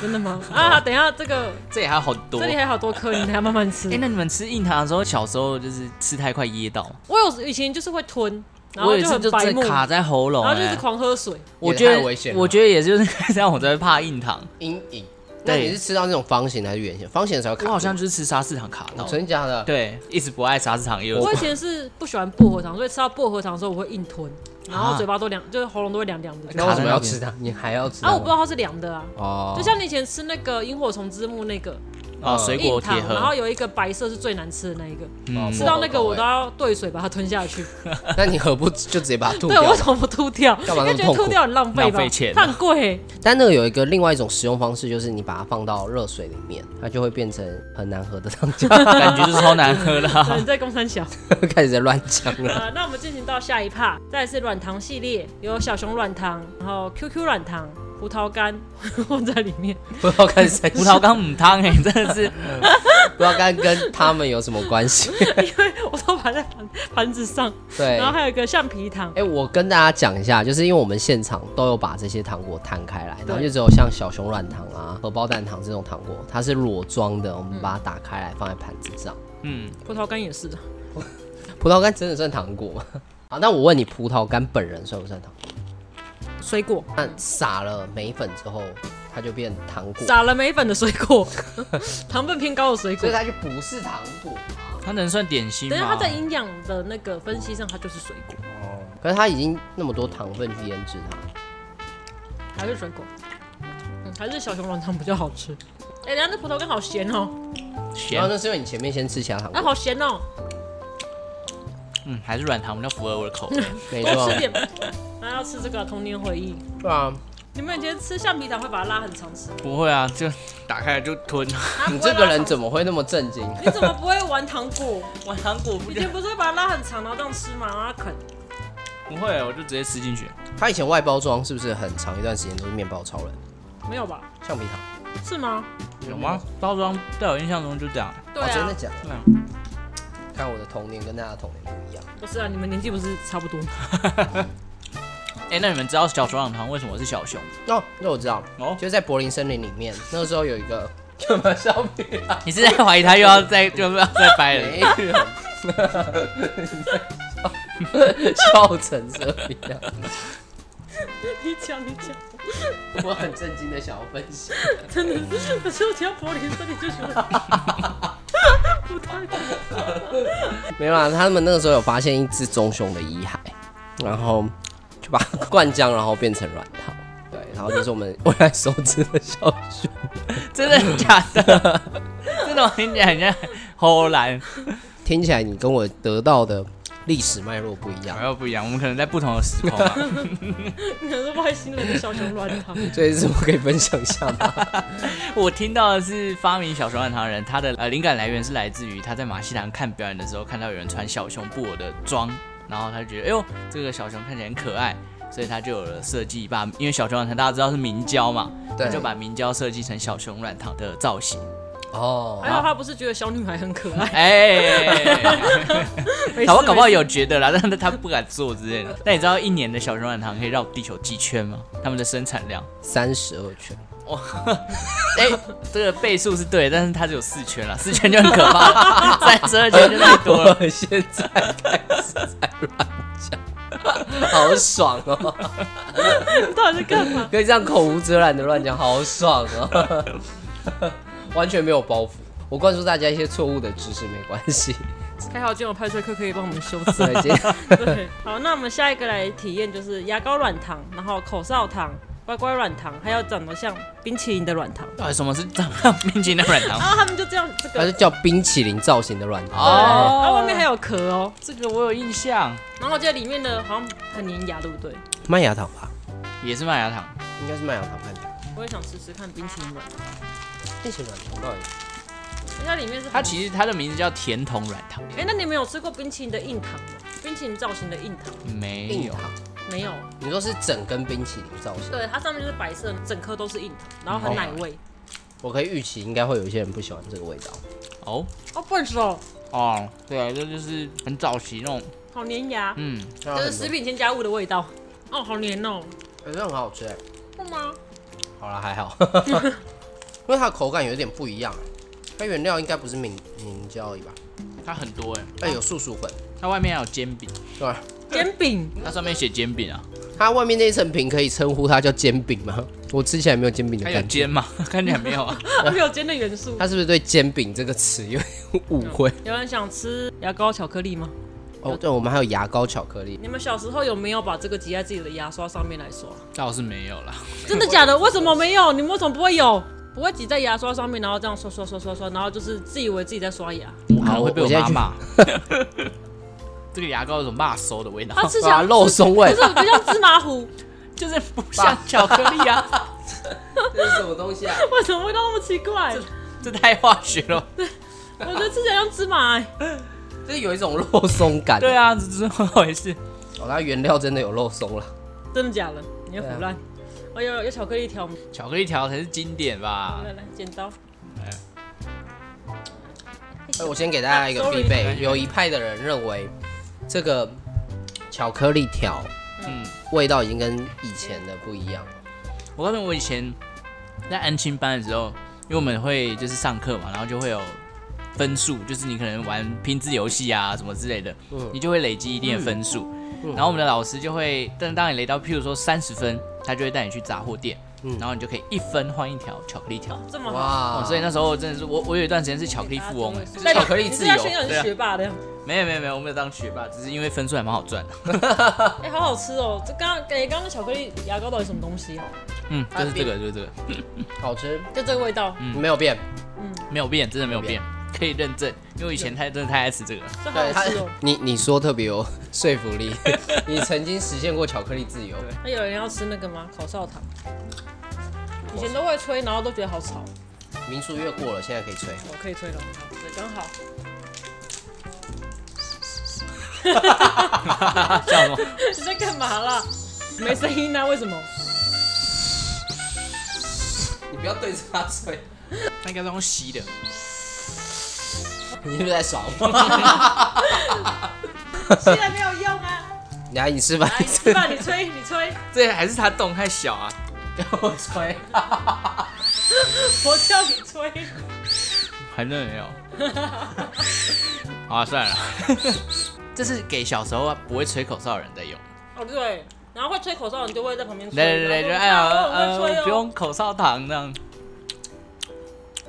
[SPEAKER 2] 真的 吗？啊，等一下这个
[SPEAKER 3] 这里还有好多。
[SPEAKER 2] 这里
[SPEAKER 3] 哎、
[SPEAKER 2] 还有好多颗，你等一下慢慢吃。
[SPEAKER 3] 那你们吃硬糖的时候，小时候就是吃太快噎到，
[SPEAKER 2] 我有以前就是会吞，然后
[SPEAKER 3] 我有一
[SPEAKER 2] 就
[SPEAKER 3] 次
[SPEAKER 2] 很
[SPEAKER 3] 就
[SPEAKER 2] 白
[SPEAKER 3] 真
[SPEAKER 2] 目，
[SPEAKER 3] 的卡
[SPEAKER 2] 然
[SPEAKER 3] 在喉咙、
[SPEAKER 2] 后就
[SPEAKER 3] 哎
[SPEAKER 2] 是狂喝水。
[SPEAKER 3] 我
[SPEAKER 1] 也
[SPEAKER 3] 觉
[SPEAKER 1] 太危险
[SPEAKER 3] 得
[SPEAKER 1] 了
[SPEAKER 3] 我觉得也就是这样，我才会怕硬糖。
[SPEAKER 1] 阴影。那
[SPEAKER 3] 对
[SPEAKER 1] 你是吃到那种方形的还是圆形？方形的才会卡
[SPEAKER 3] 我
[SPEAKER 1] 住。哦
[SPEAKER 3] 好像就是吃沙士糖卡到，
[SPEAKER 1] 真假的？
[SPEAKER 3] 对，一直不爱沙士糖也有。
[SPEAKER 2] 我以前是不喜欢薄荷糖，所以吃到薄荷糖的时候我会硬吞，
[SPEAKER 3] 啊
[SPEAKER 2] 然后嘴巴都凉，就是喉咙都会凉凉的。
[SPEAKER 1] 那为什么要吃 它？你还要吃它
[SPEAKER 2] 啊，
[SPEAKER 1] 吗？
[SPEAKER 2] 我不知道它是凉的啊。
[SPEAKER 1] 哦，
[SPEAKER 2] 就像你以前吃那个萤火虫之墓那个
[SPEAKER 3] 哦，水
[SPEAKER 2] 硬
[SPEAKER 3] 果
[SPEAKER 2] 糖
[SPEAKER 3] 铁，盒，
[SPEAKER 2] 然后有一个白色是最难吃的那一个，
[SPEAKER 3] 嗯
[SPEAKER 2] 吃到那个我都要兑水把它吞下去。
[SPEAKER 1] 那你何不就直接把它吐
[SPEAKER 2] 对，
[SPEAKER 1] 掉
[SPEAKER 2] 我
[SPEAKER 1] 吗
[SPEAKER 2] 为？什么不吐掉？
[SPEAKER 1] 干嘛那么
[SPEAKER 2] 因为觉得
[SPEAKER 1] 痛苦
[SPEAKER 2] 吐掉很浪费吧，
[SPEAKER 3] 浪费钱
[SPEAKER 1] 啊
[SPEAKER 2] 它很贵 欸。
[SPEAKER 1] 但那个有一个另外一种使用方式，就是你把它放到热水里面，它就会变成很难喝的汤 浆。
[SPEAKER 3] 嗯感觉就是超难喝
[SPEAKER 2] 对，
[SPEAKER 3] 的、啊。
[SPEAKER 2] 你在公山小。
[SPEAKER 1] 开始在乱讲了。
[SPEAKER 2] 呃，那我们进行到下一趴，再来是软糖系列，有小熊软糖，然后 QQ 软糖、葡萄干 混在里面。
[SPEAKER 1] 不知道跟 谁，
[SPEAKER 3] 葡萄干母汤哎， 真的是
[SPEAKER 1] 不知道跟跟他们有什么关系。
[SPEAKER 2] 我都摆在盘盘子上，
[SPEAKER 1] 对
[SPEAKER 2] 然，后还有一个橡皮糖
[SPEAKER 1] 哎、，我跟大家讲一下，就是因为我们现场都有把这些糖果摊开来，然后
[SPEAKER 2] 对
[SPEAKER 1] 就只有像小熊软糖啊、荷包蛋糖这种糖果，它是裸装的，我
[SPEAKER 2] 嗯
[SPEAKER 1] 们把它打开来放在盘子上。
[SPEAKER 3] 嗯，
[SPEAKER 2] 葡萄干也是。
[SPEAKER 1] 葡萄干真的算糖果吗？ 好，那我问你，葡萄干本人算不算糖果？
[SPEAKER 2] 水果
[SPEAKER 1] 那撒了梅粉之后，它就变糖果，
[SPEAKER 2] 撒了梅粉的水果， 糖分偏高的水
[SPEAKER 1] 所
[SPEAKER 2] 果
[SPEAKER 1] 以。它就不是糖果。
[SPEAKER 3] 它能算点心
[SPEAKER 2] 等一下，
[SPEAKER 3] 吗
[SPEAKER 2] 它？在营养的那个分析上，它就是水果，
[SPEAKER 1] 可是它已经那么多糖分去腌制它，
[SPEAKER 2] 还是水果。嗯，还是小熊软糖比较好吃。哎、人家那葡萄干好咸哦、
[SPEAKER 3] 咸
[SPEAKER 1] 然后，那是因为你前面先吃其他糖
[SPEAKER 2] 啊，
[SPEAKER 1] 果，
[SPEAKER 2] 好咸哦、
[SPEAKER 3] 嗯，还是软糖比较符合我的口味。
[SPEAKER 1] 没
[SPEAKER 2] 多
[SPEAKER 3] 哦
[SPEAKER 1] 错啊
[SPEAKER 2] 吃，点。还要吃这个童年回忆。
[SPEAKER 1] 对啊，
[SPEAKER 2] 你们以前吃橡皮糖会把它拉很长时间？
[SPEAKER 3] 不会啊，就 打开来就吞。
[SPEAKER 2] 啊
[SPEAKER 1] 你这个人怎
[SPEAKER 2] 么？
[SPEAKER 1] 么会那么震惊？
[SPEAKER 2] 你怎么不会玩糖果？
[SPEAKER 3] 玩糖果不
[SPEAKER 2] 以前不是会把它拉很长，然后这样吃吗？然后啃。
[SPEAKER 3] 不会，我就直接吃进去。
[SPEAKER 1] 它以前外包装是不是很长一段时间都是面包超人、
[SPEAKER 2] 没有吧？
[SPEAKER 1] 橡皮糖？
[SPEAKER 2] 是吗？
[SPEAKER 3] 有吗？包装在我印象中就这样。
[SPEAKER 2] 对
[SPEAKER 1] 哦真
[SPEAKER 2] 啊
[SPEAKER 1] 的，假的？
[SPEAKER 3] 对啊
[SPEAKER 1] 看我的童年跟大家的童年不一样。
[SPEAKER 2] 不是啊，你们年纪不是差不多吗？
[SPEAKER 3] 哎，那你们知道小熊软糖为什么是小熊？
[SPEAKER 1] 哦，那我知道，
[SPEAKER 3] 哦，
[SPEAKER 1] 就是在柏林森林里面，那个时候有一个 干嘛笑屁啊？
[SPEAKER 3] 你是在怀疑他又要再又要再掰了？
[SPEAKER 1] 没有，笑成这样，
[SPEAKER 2] 你讲，你讲，
[SPEAKER 1] 我很震惊的想要分享。
[SPEAKER 2] 真的是，可是我听到柏林森林就觉得不太懂。
[SPEAKER 1] 没有啦，他们那个时候有发现一只棕熊的遗骸，然后就把它灌浆，然后变成软糖。对，然后就是我们未来熟知的小熊。
[SPEAKER 3] 真的假的？真的，我听起来很像偷懒，
[SPEAKER 1] 听起来你跟我得到的历史脉络不一样
[SPEAKER 3] 然，后不一样，我们可能在不同的时空啊。
[SPEAKER 2] 你是外星人的小熊软糖，
[SPEAKER 3] 哦
[SPEAKER 1] 所以是我可以分享一下吗？
[SPEAKER 3] 我听到的是发明小熊软糖的人，他的呃灵感来源是来自于他在马戏团看表演的时候，看到有人穿小熊布偶的装，然后他就觉得，哎呦，这个小熊看起来很可爱，所以他就有了设计把，因为小熊软糖大家知道是明胶嘛，他
[SPEAKER 1] 对，
[SPEAKER 3] 就把明胶设计成小熊软糖的造型。
[SPEAKER 1] 哦
[SPEAKER 2] 还，好他不是觉得小女孩很可 爱，
[SPEAKER 3] 哎，
[SPEAKER 2] 没事
[SPEAKER 3] 搞不好搞不好
[SPEAKER 2] 没事
[SPEAKER 3] 有觉得啦，但是他不敢做之类的。那你知道一年的小熊软糖可以绕地球几圈吗？他们的生产量？
[SPEAKER 1] 三十二圈，
[SPEAKER 3] 哎、这个倍数是对的，但是它只有四圈啊了，四圈就很可 怕，三十二圈就太多了。
[SPEAKER 1] 我现在开始在乱讲，好爽哦！
[SPEAKER 2] 到底在干嘛？
[SPEAKER 1] 可以这样口无遮拦的乱讲，好爽哦！ 完全没有包袱，我灌输大家一些错误的知识没关 系。
[SPEAKER 2] 还好今晚派对课可以帮我们修
[SPEAKER 1] 对
[SPEAKER 2] 正。
[SPEAKER 1] 今天
[SPEAKER 2] 对，好，那我们下一个来体验就是牙膏软糖，然后口哨糖、乖乖软糖，还有长得像冰淇淋的软糖。
[SPEAKER 3] 到底什么是长到冰淇淋的软 糖
[SPEAKER 2] 然？后啊他们就这样这
[SPEAKER 1] 它
[SPEAKER 2] 个
[SPEAKER 1] 是，叫冰淇淋造型的软糖。
[SPEAKER 3] 哦
[SPEAKER 2] 然后外面还有壳哦。
[SPEAKER 3] 这个我有印象，
[SPEAKER 2] 然后我记得里面的好像很粘牙，对不对？
[SPEAKER 1] 麦芽糖吧，
[SPEAKER 3] 也是麦芽糖。
[SPEAKER 1] 应该是麦芽糖看起来。
[SPEAKER 2] 我也想吃吃看冰淇淋软糖，
[SPEAKER 1] 冰淇淋软糖到底？
[SPEAKER 2] 而且它里面是
[SPEAKER 3] 它其实它的名字叫甜筒软糖，
[SPEAKER 2] 哎、那你们有吃过冰淇淋的硬糖吗？冰淇淋造型的硬糖
[SPEAKER 3] 没
[SPEAKER 1] 硬
[SPEAKER 3] 有。
[SPEAKER 1] 糖？
[SPEAKER 2] 没有？
[SPEAKER 1] 你说是整根冰淇淋造型？
[SPEAKER 2] 对，它上面就是白色，整颗都是硬糖，然后很奶味。
[SPEAKER 1] 我可以预期应该会有一些人不喜欢这个味道。
[SPEAKER 3] 哦
[SPEAKER 2] 哦，不能吃哦，
[SPEAKER 3] 哦，对啊，这就是很早期那种，
[SPEAKER 2] 好粘牙，
[SPEAKER 3] 嗯，
[SPEAKER 1] 就
[SPEAKER 2] 就是食，品添加物的味道。哦，好黏 哦，
[SPEAKER 1] 可是很好吃哎。
[SPEAKER 2] 是吗？
[SPEAKER 1] 好了，还 好，因为它的口感有点不一样。欸它原料应该不是明明胶而已吧？
[SPEAKER 3] 它很多哎，
[SPEAKER 1] 哎，有素薯粉，
[SPEAKER 3] 它外面还有煎饼，
[SPEAKER 1] 对吧？
[SPEAKER 2] 煎饼，
[SPEAKER 3] 它上面写煎饼啊，
[SPEAKER 1] 它外面那一层皮可以称呼它叫煎饼吗？我吃起来没有煎饼的
[SPEAKER 3] 它有
[SPEAKER 1] 感觉。
[SPEAKER 3] 煎吗？ 看起来没有啊。
[SPEAKER 2] 没有煎的元素。
[SPEAKER 1] 它是不是对煎饼这个词 有点误会？
[SPEAKER 2] 有人想吃牙膏巧克力吗？
[SPEAKER 1] 哦，对，我们还有牙膏巧克力。
[SPEAKER 2] 你们小时候有没有把这个挤在自己的牙刷上面来刷？
[SPEAKER 3] 倒是没有啦，
[SPEAKER 2] 真的假的？为什么没有？你们为什么不会有？不会挤在牙刷上面，然后这样刷刷刷刷刷，然后就是自以为自己在刷牙。
[SPEAKER 3] 我可能会被我
[SPEAKER 1] 我现
[SPEAKER 3] 妈
[SPEAKER 1] 在去
[SPEAKER 3] 骂。这个牙膏有种骂馊的味道，
[SPEAKER 2] 它吃起
[SPEAKER 1] 哇
[SPEAKER 2] 来
[SPEAKER 1] 肉松味
[SPEAKER 2] 不是就像芝麻糊，
[SPEAKER 3] 就是不 像巧克力啊，
[SPEAKER 1] 这是什么东西啊？
[SPEAKER 2] 为什么味道那么奇怪？
[SPEAKER 3] 这太化学了。
[SPEAKER 2] 我觉得吃起来像芝麻、欸，
[SPEAKER 1] 这有一种肉松感。
[SPEAKER 3] 对啊，这是怎么回事？
[SPEAKER 1] 哦，它原料真的有肉松了。
[SPEAKER 2] 真的假的？你要胡乱。
[SPEAKER 1] 啊
[SPEAKER 2] 哎呦，有巧克力条吗？
[SPEAKER 3] 巧克力条才是经典吧？
[SPEAKER 2] 来来，剪刀。哦
[SPEAKER 1] 哎，我先给大家一个
[SPEAKER 2] Sorry
[SPEAKER 1] 必备，有一派的人认为这个巧克力条
[SPEAKER 3] 嗯，
[SPEAKER 1] 味道已经跟以前的不一样了。
[SPEAKER 3] 我告诉你，我以前在安亲班的时候，因为我们会就是上课嘛，然后就会有分数，就是你可能玩拼字游戏啊什么之类的，你就会累积一定的分数。然后我们的老师就会，但当你累到譬如说三十分，他就会带你去杂货店，然后你就可以一分换一条巧克力条。
[SPEAKER 2] 这么好，
[SPEAKER 1] 哇
[SPEAKER 3] 哦，所以那时候真的是我，我有一段时间是巧克力富翁哎、
[SPEAKER 1] 代表巧克力自由啊
[SPEAKER 2] 你是在炫耀你是学霸的。
[SPEAKER 3] 没有没有没有，我没有当学霸，只是因为分数还蛮好赚的。
[SPEAKER 2] 哎、好好吃哦！这刚刚哎，刚刚巧克力牙膏到底什么东西啊？
[SPEAKER 3] 嗯，就是这个就是这个，
[SPEAKER 1] 好吃，
[SPEAKER 2] 就这个味道，
[SPEAKER 1] 没有变。
[SPEAKER 3] 没有变，真的没有变，可以认证，因为我以前太真的太爱吃这个了。
[SPEAKER 2] 这好
[SPEAKER 1] 对
[SPEAKER 2] 好吃哦。
[SPEAKER 1] 你你说特别有 说服力，你曾经实现过巧克力自由。
[SPEAKER 2] 那有人要吃那个吗？口哨糖。以前都会吹，然后都觉得好吵。
[SPEAKER 1] 民宿月过了，现在可以吹。
[SPEAKER 2] 我可以吹了，好，对，刚好。
[SPEAKER 3] 叫什么？
[SPEAKER 2] 你在干嘛啦？没声音啊？为什么？
[SPEAKER 1] 你不要对着它吹，
[SPEAKER 3] 那应该是用吸的。
[SPEAKER 1] 你是不是在耍我？
[SPEAKER 2] 现在没有用啊！
[SPEAKER 1] 来，你示范
[SPEAKER 2] 来，
[SPEAKER 1] 一
[SPEAKER 2] 你吃
[SPEAKER 1] 次。
[SPEAKER 2] 饭，你吹，你吹，
[SPEAKER 3] 这还是它洞太小啊！给我吹，
[SPEAKER 2] 我叫你吹。
[SPEAKER 3] 还真的没有。好啊，算了。这是给小时候啊不会吹口哨的人在用。
[SPEAKER 2] 哦，对，然后会吹口哨，你就会在旁边吹。
[SPEAKER 3] 来来来来，哎呀，
[SPEAKER 2] 然后就
[SPEAKER 3] 呃，
[SPEAKER 2] 说哎呀我很会吹哦
[SPEAKER 3] 不用口哨糖这样。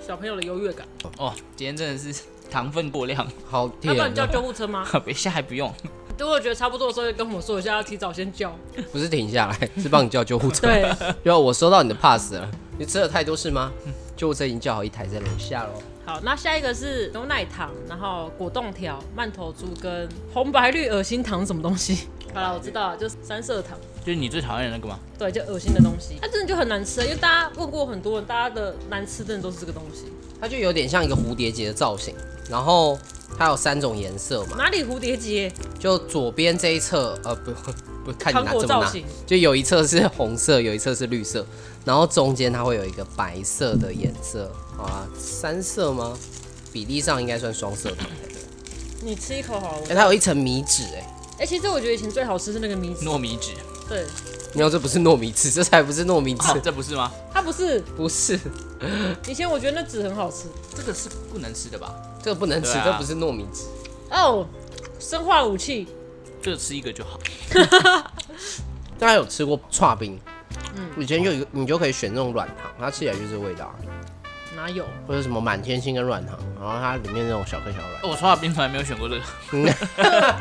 [SPEAKER 2] 小朋友的优越感。
[SPEAKER 3] 哦，今天真的是糖分过量，
[SPEAKER 1] 好
[SPEAKER 2] 要
[SPEAKER 1] 甜
[SPEAKER 2] 不然你叫救
[SPEAKER 1] 哦，
[SPEAKER 2] 护车吗？
[SPEAKER 3] 等一下还不用。
[SPEAKER 2] 等我觉得差不多的时候，跟我说一下，要提早先叫。
[SPEAKER 1] 不是停下来，是帮你叫救护 车。
[SPEAKER 2] 对，
[SPEAKER 1] 然后我收到你的 pass 了，你吃了太多是吗？救护车已经叫好一台在楼下喽。
[SPEAKER 2] 好，那下一个是牛奶糖，然后果冻条、曼头珠跟红白绿恶心糖是什么东西？ 好了，我知道了，就是三色糖。
[SPEAKER 3] 就是你最讨厌的那个吗？
[SPEAKER 2] 对，就恶心的东西，啊它真的就很难吃，因为大家问过很多人，大家的难吃真的都是这个东西。
[SPEAKER 1] 它就有点像一个蝴蝶结的造型，然后它有三种颜色嘛，
[SPEAKER 2] 哪里蝴蝶结？
[SPEAKER 1] 就左边这一侧，呃，不不，看你
[SPEAKER 2] 糖
[SPEAKER 1] 拿
[SPEAKER 2] 果
[SPEAKER 1] 怎么
[SPEAKER 2] 造
[SPEAKER 1] 拿
[SPEAKER 2] 型，
[SPEAKER 1] 就有一侧是红色，有一侧是绿色，然后中间它会有一个白色的颜色，好啦，三色吗？比例上应该算双色糖才对。
[SPEAKER 2] 你吃一口好了。
[SPEAKER 1] 哎、它有一层米纸、哎，
[SPEAKER 2] 哎、其实我觉得以前最好吃是那个米纸，
[SPEAKER 3] 糯米纸，
[SPEAKER 2] 对，
[SPEAKER 1] 你要这不是糯米 糍，这才不是糯米糍，
[SPEAKER 3] 哦啊这不是吗？
[SPEAKER 2] 它不是。
[SPEAKER 1] 不是，
[SPEAKER 2] 以前我觉得那纸很好吃
[SPEAKER 3] 这个是不能吃的吧？
[SPEAKER 1] 这个不能吃，
[SPEAKER 3] 对啊
[SPEAKER 1] 这不是糯米糍。
[SPEAKER 2] 哦，生化武器。
[SPEAKER 3] 这个吃一个就好。
[SPEAKER 1] 大家有吃过串冰？
[SPEAKER 3] 嗯
[SPEAKER 1] 以前就有一个，你就可以选那种软糖，它吃起来就是这个味道，啊
[SPEAKER 2] 哪 有？
[SPEAKER 1] 或者什么满天星跟软糖，然后它里面那种小颗小
[SPEAKER 3] 哦我刷冰从来没有选过这个，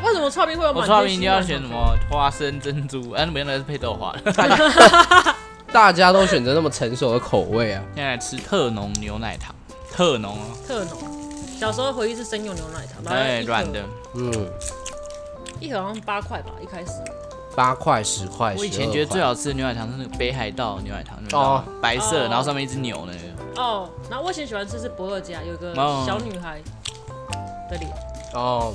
[SPEAKER 2] 为什么串冰会有
[SPEAKER 3] 我
[SPEAKER 2] 满
[SPEAKER 3] 刷
[SPEAKER 2] 天
[SPEAKER 3] 冰一
[SPEAKER 2] 星
[SPEAKER 3] 定
[SPEAKER 2] 啊
[SPEAKER 3] 要选什？么花生珍珠，哎，没有那是配豆花的。
[SPEAKER 1] 软，大家都选择那么成熟的口味啊。
[SPEAKER 3] 现在来吃特浓牛奶糖，特浓哦，
[SPEAKER 2] 特浓。小时候回忆是生用牛奶糖，然后一
[SPEAKER 3] 对，
[SPEAKER 2] 盒
[SPEAKER 3] 哎软的。
[SPEAKER 1] 嗯，
[SPEAKER 2] 一盒好像八块吧，一开始。
[SPEAKER 1] 八块、十块，
[SPEAKER 3] 我以前觉得最
[SPEAKER 1] 好
[SPEAKER 3] 好吃的牛奶糖是那个北海道牛奶糖，你知道
[SPEAKER 1] 哦
[SPEAKER 3] 吗？白色，
[SPEAKER 2] 哦
[SPEAKER 3] 然后上面一只牛那个。
[SPEAKER 2] 哦，然后我以前喜欢吃是博乐家，有个
[SPEAKER 3] 哦
[SPEAKER 2] 小女孩的脸，
[SPEAKER 1] 哦，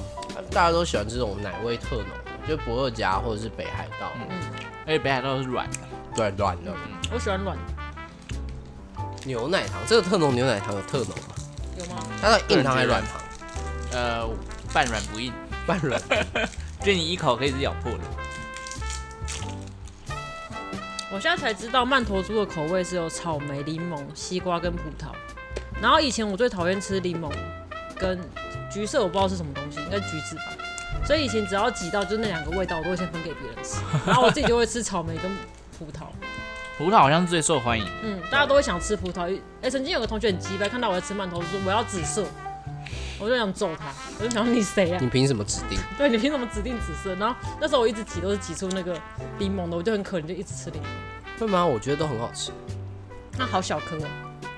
[SPEAKER 1] 大家都喜欢这种奶味特浓的，就不二家或者是北海道，
[SPEAKER 3] 嗯而且北海道是软的，
[SPEAKER 1] 对，软的
[SPEAKER 3] 嗯
[SPEAKER 2] 我喜欢软的，
[SPEAKER 1] 牛奶糖。这个特浓牛奶糖有特浓吗？
[SPEAKER 2] 有吗？
[SPEAKER 1] 它的硬糖还是软糖？
[SPEAKER 3] 呃，半软不硬，
[SPEAKER 1] 半软。
[SPEAKER 3] 就你一口可以是咬破的。
[SPEAKER 2] 我现在才知道曼陀珠的口味是有草莓、柠檬、西瓜跟葡萄。然后以前我最讨厌吃柠檬跟橘色，我不知道是什么东西，应该橘子吧。所以以前只要挤到就那两个味道，我都会先分给别人吃，然后我自己就会吃草莓跟葡萄。
[SPEAKER 3] 葡萄好像是最受欢迎的，
[SPEAKER 2] 嗯，大家都会想吃葡萄。哎、曾经有个同学很鸡掰，看到我在吃馒头，说我要紫色，我就想揍他，我就想说你谁呀、啊
[SPEAKER 1] 你凭什么指定？
[SPEAKER 2] 对你凭什么指定紫色？然后那时候我一直挤都是挤出那个柠檬的，我就很可怜，就一直吃柠檬。
[SPEAKER 1] 会吗？我觉得都很好吃。
[SPEAKER 2] 那好小颗哦，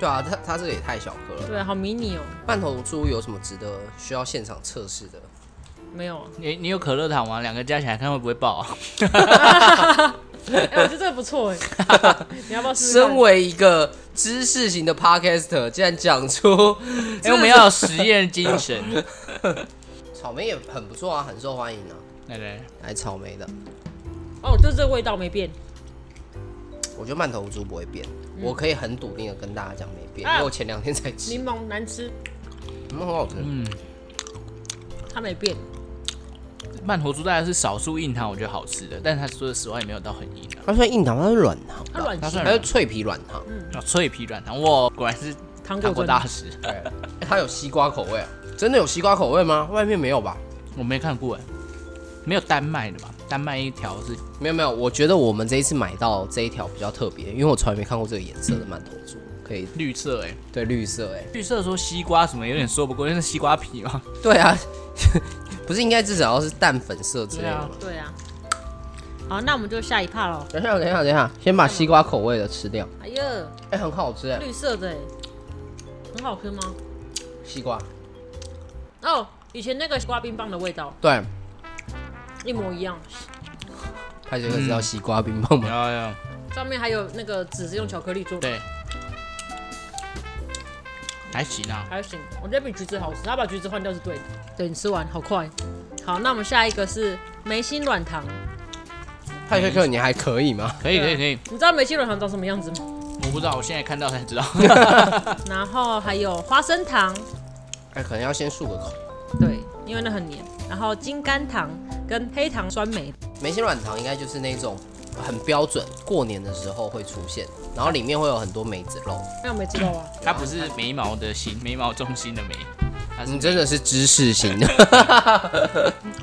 [SPEAKER 1] 对啊，它它这个也太小颗了。
[SPEAKER 2] 对啊，好迷你哦，
[SPEAKER 1] 半头猪有什么值得需要现场测试的？
[SPEAKER 2] 没有啊。
[SPEAKER 3] 你你有可乐糖吗？两个加起来看会不会爆 啊？
[SPEAKER 2] 哎、我觉得这个不错哎， 你要不要试试看？
[SPEAKER 1] 身为一个知识型的 podcaster，竟然 讲出
[SPEAKER 3] 因
[SPEAKER 2] 哎
[SPEAKER 3] 哎为我们要有实验精神。
[SPEAKER 1] 草莓也很不错啊，很受欢迎啊。
[SPEAKER 3] 来来，
[SPEAKER 1] 来草莓的，
[SPEAKER 2] 哦，就是这个味道没变，
[SPEAKER 1] 我觉得曼头猪不会变，我可以很笃定的跟大家讲没变，
[SPEAKER 2] 嗯啊
[SPEAKER 1] 因为我前两天才吃，
[SPEAKER 2] 柠檬难吃，
[SPEAKER 1] 嗯，很好吃。
[SPEAKER 3] 嗯，
[SPEAKER 2] 它没变。
[SPEAKER 3] 曼陀珠大概是少数硬糖我觉得好吃的，但是它说的实话也没有到很硬啊。
[SPEAKER 1] 它算硬糖，它是软糖吧，
[SPEAKER 2] 它软嗯
[SPEAKER 3] 它
[SPEAKER 2] 性
[SPEAKER 3] 算
[SPEAKER 1] 它是脆皮软糖，
[SPEAKER 3] 啊脆皮软糖，哇，果然是
[SPEAKER 2] 糖
[SPEAKER 3] 糖
[SPEAKER 2] 果
[SPEAKER 3] 果
[SPEAKER 2] 真
[SPEAKER 3] 大师。
[SPEAKER 1] 对，哎它有西瓜口味啊，真的有西瓜口味吗？外面没有吧？
[SPEAKER 3] 我没看过哎，没有丹麦的吧？丹麦一条是
[SPEAKER 1] 没有没有，我觉得我们这一次买到这一条比较特别，因为我从来没看过这个颜色的曼头猪，可以
[SPEAKER 3] 绿色哎，
[SPEAKER 1] 对绿色哎、
[SPEAKER 3] 绿色说西瓜什么有点说不过，因为是西瓜皮嘛。
[SPEAKER 1] 对啊， 不是应该至少要是淡粉色之类的吗？
[SPEAKER 2] 对啊。好，那我们就下一趴喽。
[SPEAKER 1] 等一下，等一下，等一下，先把西瓜口味的吃掉。
[SPEAKER 2] 哎呀，
[SPEAKER 1] 哎、很好吃哎、
[SPEAKER 2] 绿色的哎，很好吃吗？
[SPEAKER 1] 西瓜。
[SPEAKER 2] 哦，以前那个瓜冰棒的味道
[SPEAKER 1] 对，
[SPEAKER 2] 一模一样，
[SPEAKER 1] 派杰克知道西瓜冰棒
[SPEAKER 3] 有
[SPEAKER 1] 吗？
[SPEAKER 3] 有，
[SPEAKER 2] 上面还有那个纸是用巧克力做的，
[SPEAKER 3] 对，还行啊。
[SPEAKER 2] 还行，我觉得比橘子好吃。他把橘子换掉是对的。对你吃完好快。好，那我们下一个是梅心软糖。
[SPEAKER 1] 派杰克，你嗯还可以吗？
[SPEAKER 3] 可以可以可以，
[SPEAKER 2] 你知道梅心软糖长什么样子吗？
[SPEAKER 3] 我不知道，我现在看到才 知道。
[SPEAKER 2] 然后还有花生糖，
[SPEAKER 1] 哎、可能要先漱个口。
[SPEAKER 2] 对，因为那很黏。然后金甘糖跟黑糖酸梅，
[SPEAKER 1] 梅心软糖应该就是那种很标准，过年的时候会出现，然后里面会有很多梅子肉。
[SPEAKER 2] 那我没吃到啊。
[SPEAKER 3] 它不是眉毛的形，眉毛中心的眉，它是
[SPEAKER 1] 你真的是知识型 的，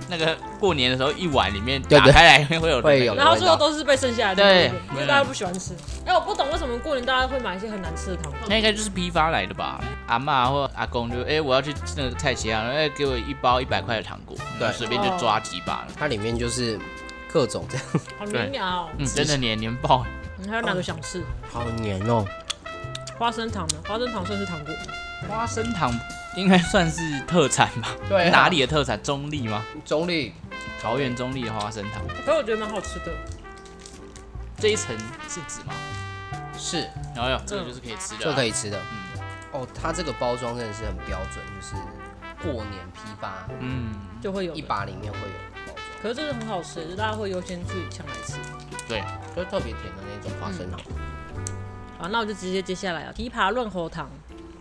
[SPEAKER 3] 那个过年的时候一碗里面
[SPEAKER 1] 对
[SPEAKER 3] 打
[SPEAKER 1] 对
[SPEAKER 3] 开来会有
[SPEAKER 1] 会有
[SPEAKER 2] 然后最后都是被剩下来的，
[SPEAKER 3] 对
[SPEAKER 2] 不因为大家不喜欢吃。哎，我不懂为什么过年大家会买一些很难吃的糖。
[SPEAKER 3] 那应该就是批发来的吧？阿妈或阿公就哎、我要去那个菜市场，哎、给我一包一百块的糖果，
[SPEAKER 1] 对
[SPEAKER 3] 然后随便就抓几把，
[SPEAKER 1] 它里面就是各种这样，
[SPEAKER 2] 好黏牙哦，
[SPEAKER 3] 嗯，真的黏黏爆。
[SPEAKER 2] 你还有哪个想吃？
[SPEAKER 1] 好黏哦。
[SPEAKER 2] 花生糖呢？花生糖算是糖果吗，
[SPEAKER 3] 花生糖应该算是特产吧？
[SPEAKER 1] 对啊
[SPEAKER 3] 哪里的特产？中立吗？
[SPEAKER 1] 总理，
[SPEAKER 3] 桃园中立的花生糖，
[SPEAKER 2] 可是我觉得蛮好吃的。
[SPEAKER 3] 这一层是纸吗？
[SPEAKER 1] 是
[SPEAKER 3] 然
[SPEAKER 2] 嗯
[SPEAKER 3] 后有这个就是可以吃的、啊，
[SPEAKER 1] 这可以吃的。
[SPEAKER 3] 嗯
[SPEAKER 1] 哦，它这个包装真的是很标准，就是过年批发
[SPEAKER 3] 嗯，
[SPEAKER 2] 就会有
[SPEAKER 1] 一
[SPEAKER 2] 的。
[SPEAKER 1] 把里面会有的包装，
[SPEAKER 2] 可是这是很好吃，就大家会优先去抢来吃。
[SPEAKER 3] 对，
[SPEAKER 1] 就是特别甜的那种花生哦糖。
[SPEAKER 2] 好，那我就直接接下来啊，枇杷润喉糖、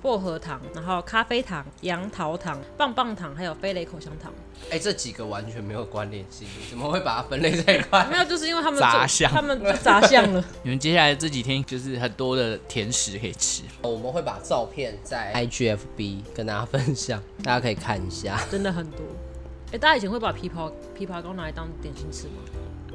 [SPEAKER 2] 薄荷糖，然后咖啡糖、杨桃糖、棒棒糖，还有飞雷口香糖。
[SPEAKER 1] 哎、这几个完全没有关联性，你怎么会把它分类在一块？
[SPEAKER 2] 没 有，就是因为他们
[SPEAKER 3] 杂
[SPEAKER 2] 做
[SPEAKER 3] 项
[SPEAKER 2] 他们就杂项了。
[SPEAKER 3] 你们接下来这几天就是很多的甜食可以吃，
[SPEAKER 1] 我们会把照片在 IGFB 跟大家分享，大家可以看一下。
[SPEAKER 2] 真的很多。哎、大家以前会把枇杷枇杷膏拿来当点心吃吗？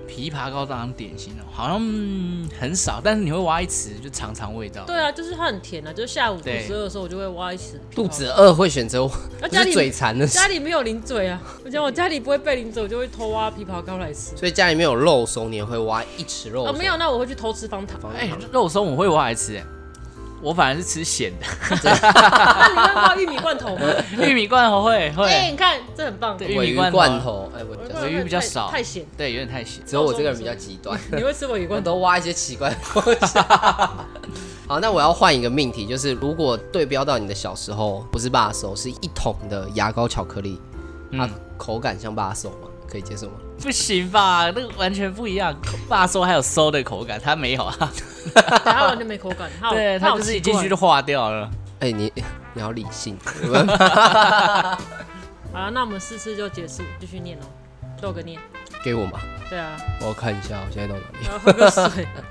[SPEAKER 3] 枇杷膏当点心哦，好像、嗯很少，但是你会挖一匙就尝尝味道。
[SPEAKER 2] 对啊，就是它很甜啊，就是下午肚
[SPEAKER 3] 对
[SPEAKER 2] 子饿的时候，我就会挖一 匙。
[SPEAKER 1] 肚子，饿会选择我，
[SPEAKER 2] 那
[SPEAKER 1] 不
[SPEAKER 2] 家
[SPEAKER 1] 是
[SPEAKER 2] 里
[SPEAKER 1] 嘴馋的时候
[SPEAKER 2] 家里没有零嘴啊，我讲我家里不会被零嘴，我就会偷挖枇杷膏来吃。
[SPEAKER 1] 所以家里面有肉松，你也会挖一匙肉
[SPEAKER 2] 啊，
[SPEAKER 1] 松。
[SPEAKER 2] 没有，那我会去偷吃方 糖。
[SPEAKER 1] 方
[SPEAKER 3] 哎、
[SPEAKER 1] 糖
[SPEAKER 3] 肉松我会挖来吃、哎我反而是吃咸 的，
[SPEAKER 2] 那你会挖玉米罐头吗？
[SPEAKER 3] 玉米罐头会会。
[SPEAKER 2] 哎，你看这很棒。
[SPEAKER 3] 对
[SPEAKER 1] 尾
[SPEAKER 3] 玉
[SPEAKER 1] 鱼
[SPEAKER 3] 米罐
[SPEAKER 1] 罐头，哎，我比较
[SPEAKER 2] 我
[SPEAKER 3] 尾鱼比较少，
[SPEAKER 2] 太咸
[SPEAKER 3] 对，有点太咸。
[SPEAKER 1] 只有我这个人比较极端，
[SPEAKER 2] 你会吃我一
[SPEAKER 1] 我
[SPEAKER 2] 罐头？
[SPEAKER 1] 都挖一些奇怪的东西。 好，那我要换一个命题，就是如果对标到你的小时候，不是把手，是一桶的牙膏巧克力，它
[SPEAKER 3] 嗯
[SPEAKER 1] 口感像把手吗？可以接受吗？
[SPEAKER 3] 不行吧？那个完全不一样。爸说还有馊的口感，它没有啊。
[SPEAKER 2] 等下完全没口 感。好
[SPEAKER 3] 对，它就是一进去就。化掉了。
[SPEAKER 1] 哎、你你要理性，
[SPEAKER 2] 好了，那我们四次就结束，继续念哦，都有个念。
[SPEAKER 1] 给我嘛，
[SPEAKER 2] 对啊，
[SPEAKER 1] 我要看一下，我现在到哪里？
[SPEAKER 2] 然后喝个水。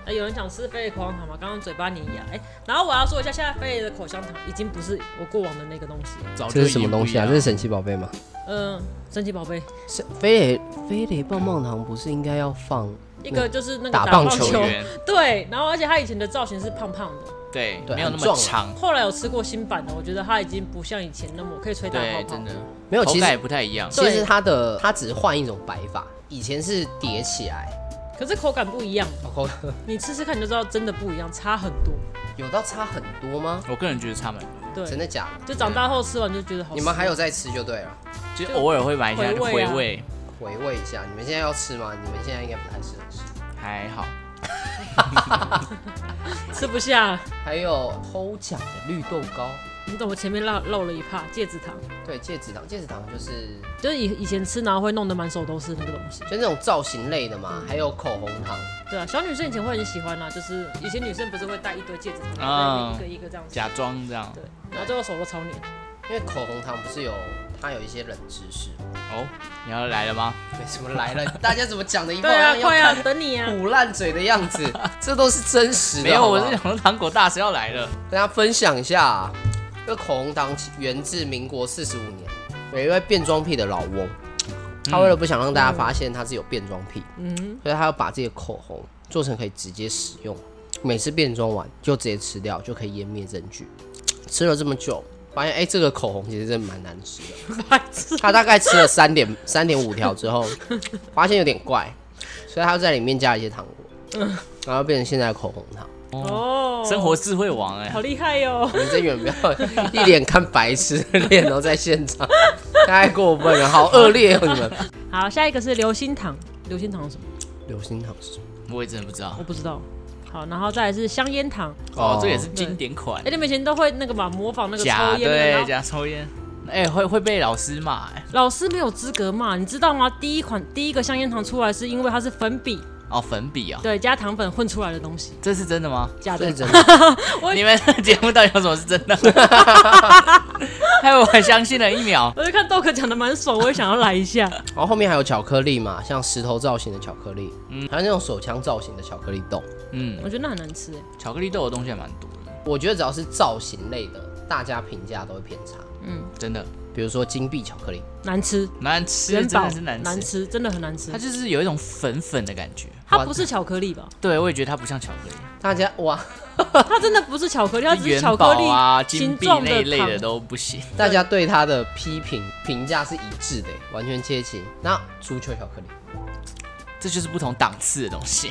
[SPEAKER 2] 哎，有人想吃飞的口香糖吗？刚刚嘴巴粘牙。哎，然后我要说一下，现在飞的口香糖已经不是我过往的那个东西了。
[SPEAKER 3] 早就
[SPEAKER 1] 这是
[SPEAKER 3] 已
[SPEAKER 1] 什
[SPEAKER 3] 经
[SPEAKER 1] 么
[SPEAKER 3] 不
[SPEAKER 1] 东
[SPEAKER 3] 一
[SPEAKER 1] 西啊？
[SPEAKER 3] 样
[SPEAKER 1] 这是神奇宝贝吗？
[SPEAKER 2] 嗯，神奇宝贝，
[SPEAKER 1] 是飞雷飞雷棒棒糖不是应该要放
[SPEAKER 2] 一个就是那个
[SPEAKER 1] 打
[SPEAKER 2] 棒
[SPEAKER 1] 棒球
[SPEAKER 3] 球员，
[SPEAKER 2] 对，然后而且它以前的造型是胖胖的，
[SPEAKER 3] 对，
[SPEAKER 1] 对
[SPEAKER 3] 没有那
[SPEAKER 1] 很啊
[SPEAKER 3] 么
[SPEAKER 1] 壮
[SPEAKER 3] 长。
[SPEAKER 2] 后来有吃过新版的，我觉得它已经不像以前那么可以吹大
[SPEAKER 3] 对
[SPEAKER 2] 泡，泡
[SPEAKER 3] 真的。，
[SPEAKER 1] 没有？
[SPEAKER 3] 口
[SPEAKER 1] 其
[SPEAKER 3] 感也
[SPEAKER 1] 实
[SPEAKER 3] 不太一样。
[SPEAKER 1] 其实它的它只是换一种摆法，以前是叠起来，
[SPEAKER 2] 可是口感不一样，
[SPEAKER 1] 哦口
[SPEAKER 2] 你吃吃看你就知道真的不一样，差很多。
[SPEAKER 1] 有到差很多吗？
[SPEAKER 3] 我个人觉得差蛮多，
[SPEAKER 2] 对，
[SPEAKER 1] 真的假的？
[SPEAKER 2] 就长大后吃完就觉得好吃。
[SPEAKER 1] 你们还有在吃就对了，
[SPEAKER 3] 就是偶尔会买一下
[SPEAKER 2] 回
[SPEAKER 3] 就
[SPEAKER 2] 味
[SPEAKER 3] 回
[SPEAKER 2] 啊
[SPEAKER 3] 味，
[SPEAKER 1] 回味一下。你们现在要吃吗？你们现在应该不太适合吃。
[SPEAKER 3] 还好。
[SPEAKER 2] 吃不下？
[SPEAKER 1] 还有抽奖的绿豆糕，
[SPEAKER 2] 你怎么前面漏漏了一帕戒指糖？
[SPEAKER 1] 对，戒指糖，戒指糖就是
[SPEAKER 2] 就是以以前吃，然后会弄得满手都是那个东西。
[SPEAKER 1] 就那种造型类的嘛，还有口红糖。
[SPEAKER 2] 对啊，小女生以前会很喜欢啦、就是以前女生不是会带一堆戒指糖，
[SPEAKER 3] 啊
[SPEAKER 2] 然后一个一个这样子。
[SPEAKER 3] 假装这样
[SPEAKER 2] 对，然后最后手都超黏。
[SPEAKER 1] 因为口红糖不是有它有一些冷知识吗，
[SPEAKER 3] 哦，你要来了吗？
[SPEAKER 1] 对，什么来了，大家怎么讲的一副
[SPEAKER 2] 对啊
[SPEAKER 1] 好，像
[SPEAKER 2] 快
[SPEAKER 1] 要
[SPEAKER 2] 啊，
[SPEAKER 1] 看嗯
[SPEAKER 2] 等你啊！
[SPEAKER 1] 苦烂嘴的样子，这都是真实 的。
[SPEAKER 3] 没有，
[SPEAKER 1] 好不
[SPEAKER 3] 我
[SPEAKER 1] 好
[SPEAKER 3] 是想说糖果大师要来了。
[SPEAKER 1] 跟大家分享一下、啊这个口红糖源自民国四十五年，有一位变装癖的老翁，他为了不想让大家发现他是有变装癖，
[SPEAKER 2] 嗯，
[SPEAKER 1] 所以他要把自己的口红做成可以直接使用，每次变装完就直接吃掉，就可以湮灭证据。吃了这么久，发现哎、这个口红其实真的蛮难吃的。
[SPEAKER 2] 白痴。
[SPEAKER 1] 他大概吃了三点三点五条之后，发现有点怪，所以他就在里面加了一些糖果，然后变成现在的口红糖。
[SPEAKER 2] 哦，
[SPEAKER 3] 生活智慧王哎、
[SPEAKER 2] 好厉害哦哟、
[SPEAKER 1] 你真远不要一脸看白痴的脸哦，在现场太过分了，好恶劣哦你们。
[SPEAKER 2] 好，下一个是流心糖，流心糖是什么？
[SPEAKER 1] 流星糖是什么？
[SPEAKER 3] 我也真的不知道
[SPEAKER 2] 我。不知道。好，然后再来是香烟糖，
[SPEAKER 3] 哦
[SPEAKER 1] 哦，
[SPEAKER 3] 这个也是经典款
[SPEAKER 2] 哎、，你们以前都会那个嘛，模仿那个抽
[SPEAKER 3] 假
[SPEAKER 2] 烟的，然
[SPEAKER 3] 对
[SPEAKER 2] 后
[SPEAKER 3] 假抽烟，哎、会会被老师骂哎、
[SPEAKER 2] 老师没有资格骂，你知道吗？第一款第一个香烟糖出来是因为它是粉笔，
[SPEAKER 3] 哦，粉笔啊、
[SPEAKER 2] 对，加糖粉混出来的东西，
[SPEAKER 3] 这是真的吗？
[SPEAKER 2] 假的
[SPEAKER 1] 这是。真的。
[SPEAKER 3] 你们的节目到底有什么是真 的？害我相信了一秒。
[SPEAKER 2] 我就看豆哥讲的蛮爽，我也想要来一 下。
[SPEAKER 1] 然后后面还有巧克力嘛，像石头造型的巧克力，还有那种手枪造型的巧克力豆。
[SPEAKER 3] 嗯，
[SPEAKER 2] 我觉得那很难吃、哎
[SPEAKER 3] 巧克力豆的东西还蛮多的，
[SPEAKER 1] 我觉得只要是造型类的，大家评价都会偏差。
[SPEAKER 3] 真的
[SPEAKER 1] 比如说金币巧克力，
[SPEAKER 2] 难吃，
[SPEAKER 3] 难吃，
[SPEAKER 2] 元
[SPEAKER 3] 真
[SPEAKER 2] 宝
[SPEAKER 3] 的是难
[SPEAKER 2] 难
[SPEAKER 3] 吃。
[SPEAKER 2] 吃，真的很难吃
[SPEAKER 3] 它。就是有一种粉粉的感觉，
[SPEAKER 2] 它不是巧克力吧？
[SPEAKER 3] 对我也觉得它不像巧克力，
[SPEAKER 1] 大家 哇，
[SPEAKER 2] 它真的不是巧克力，它只是
[SPEAKER 3] 元
[SPEAKER 2] 巧克
[SPEAKER 3] 宝
[SPEAKER 2] 力
[SPEAKER 3] 啊、金
[SPEAKER 2] 形
[SPEAKER 3] 币
[SPEAKER 2] 状
[SPEAKER 3] 那一类
[SPEAKER 2] 糖
[SPEAKER 3] 的。都不行。
[SPEAKER 1] 大家对它的批评评价是一致的，完全切齐。那足球巧克力
[SPEAKER 3] 这就是不同档次的东西。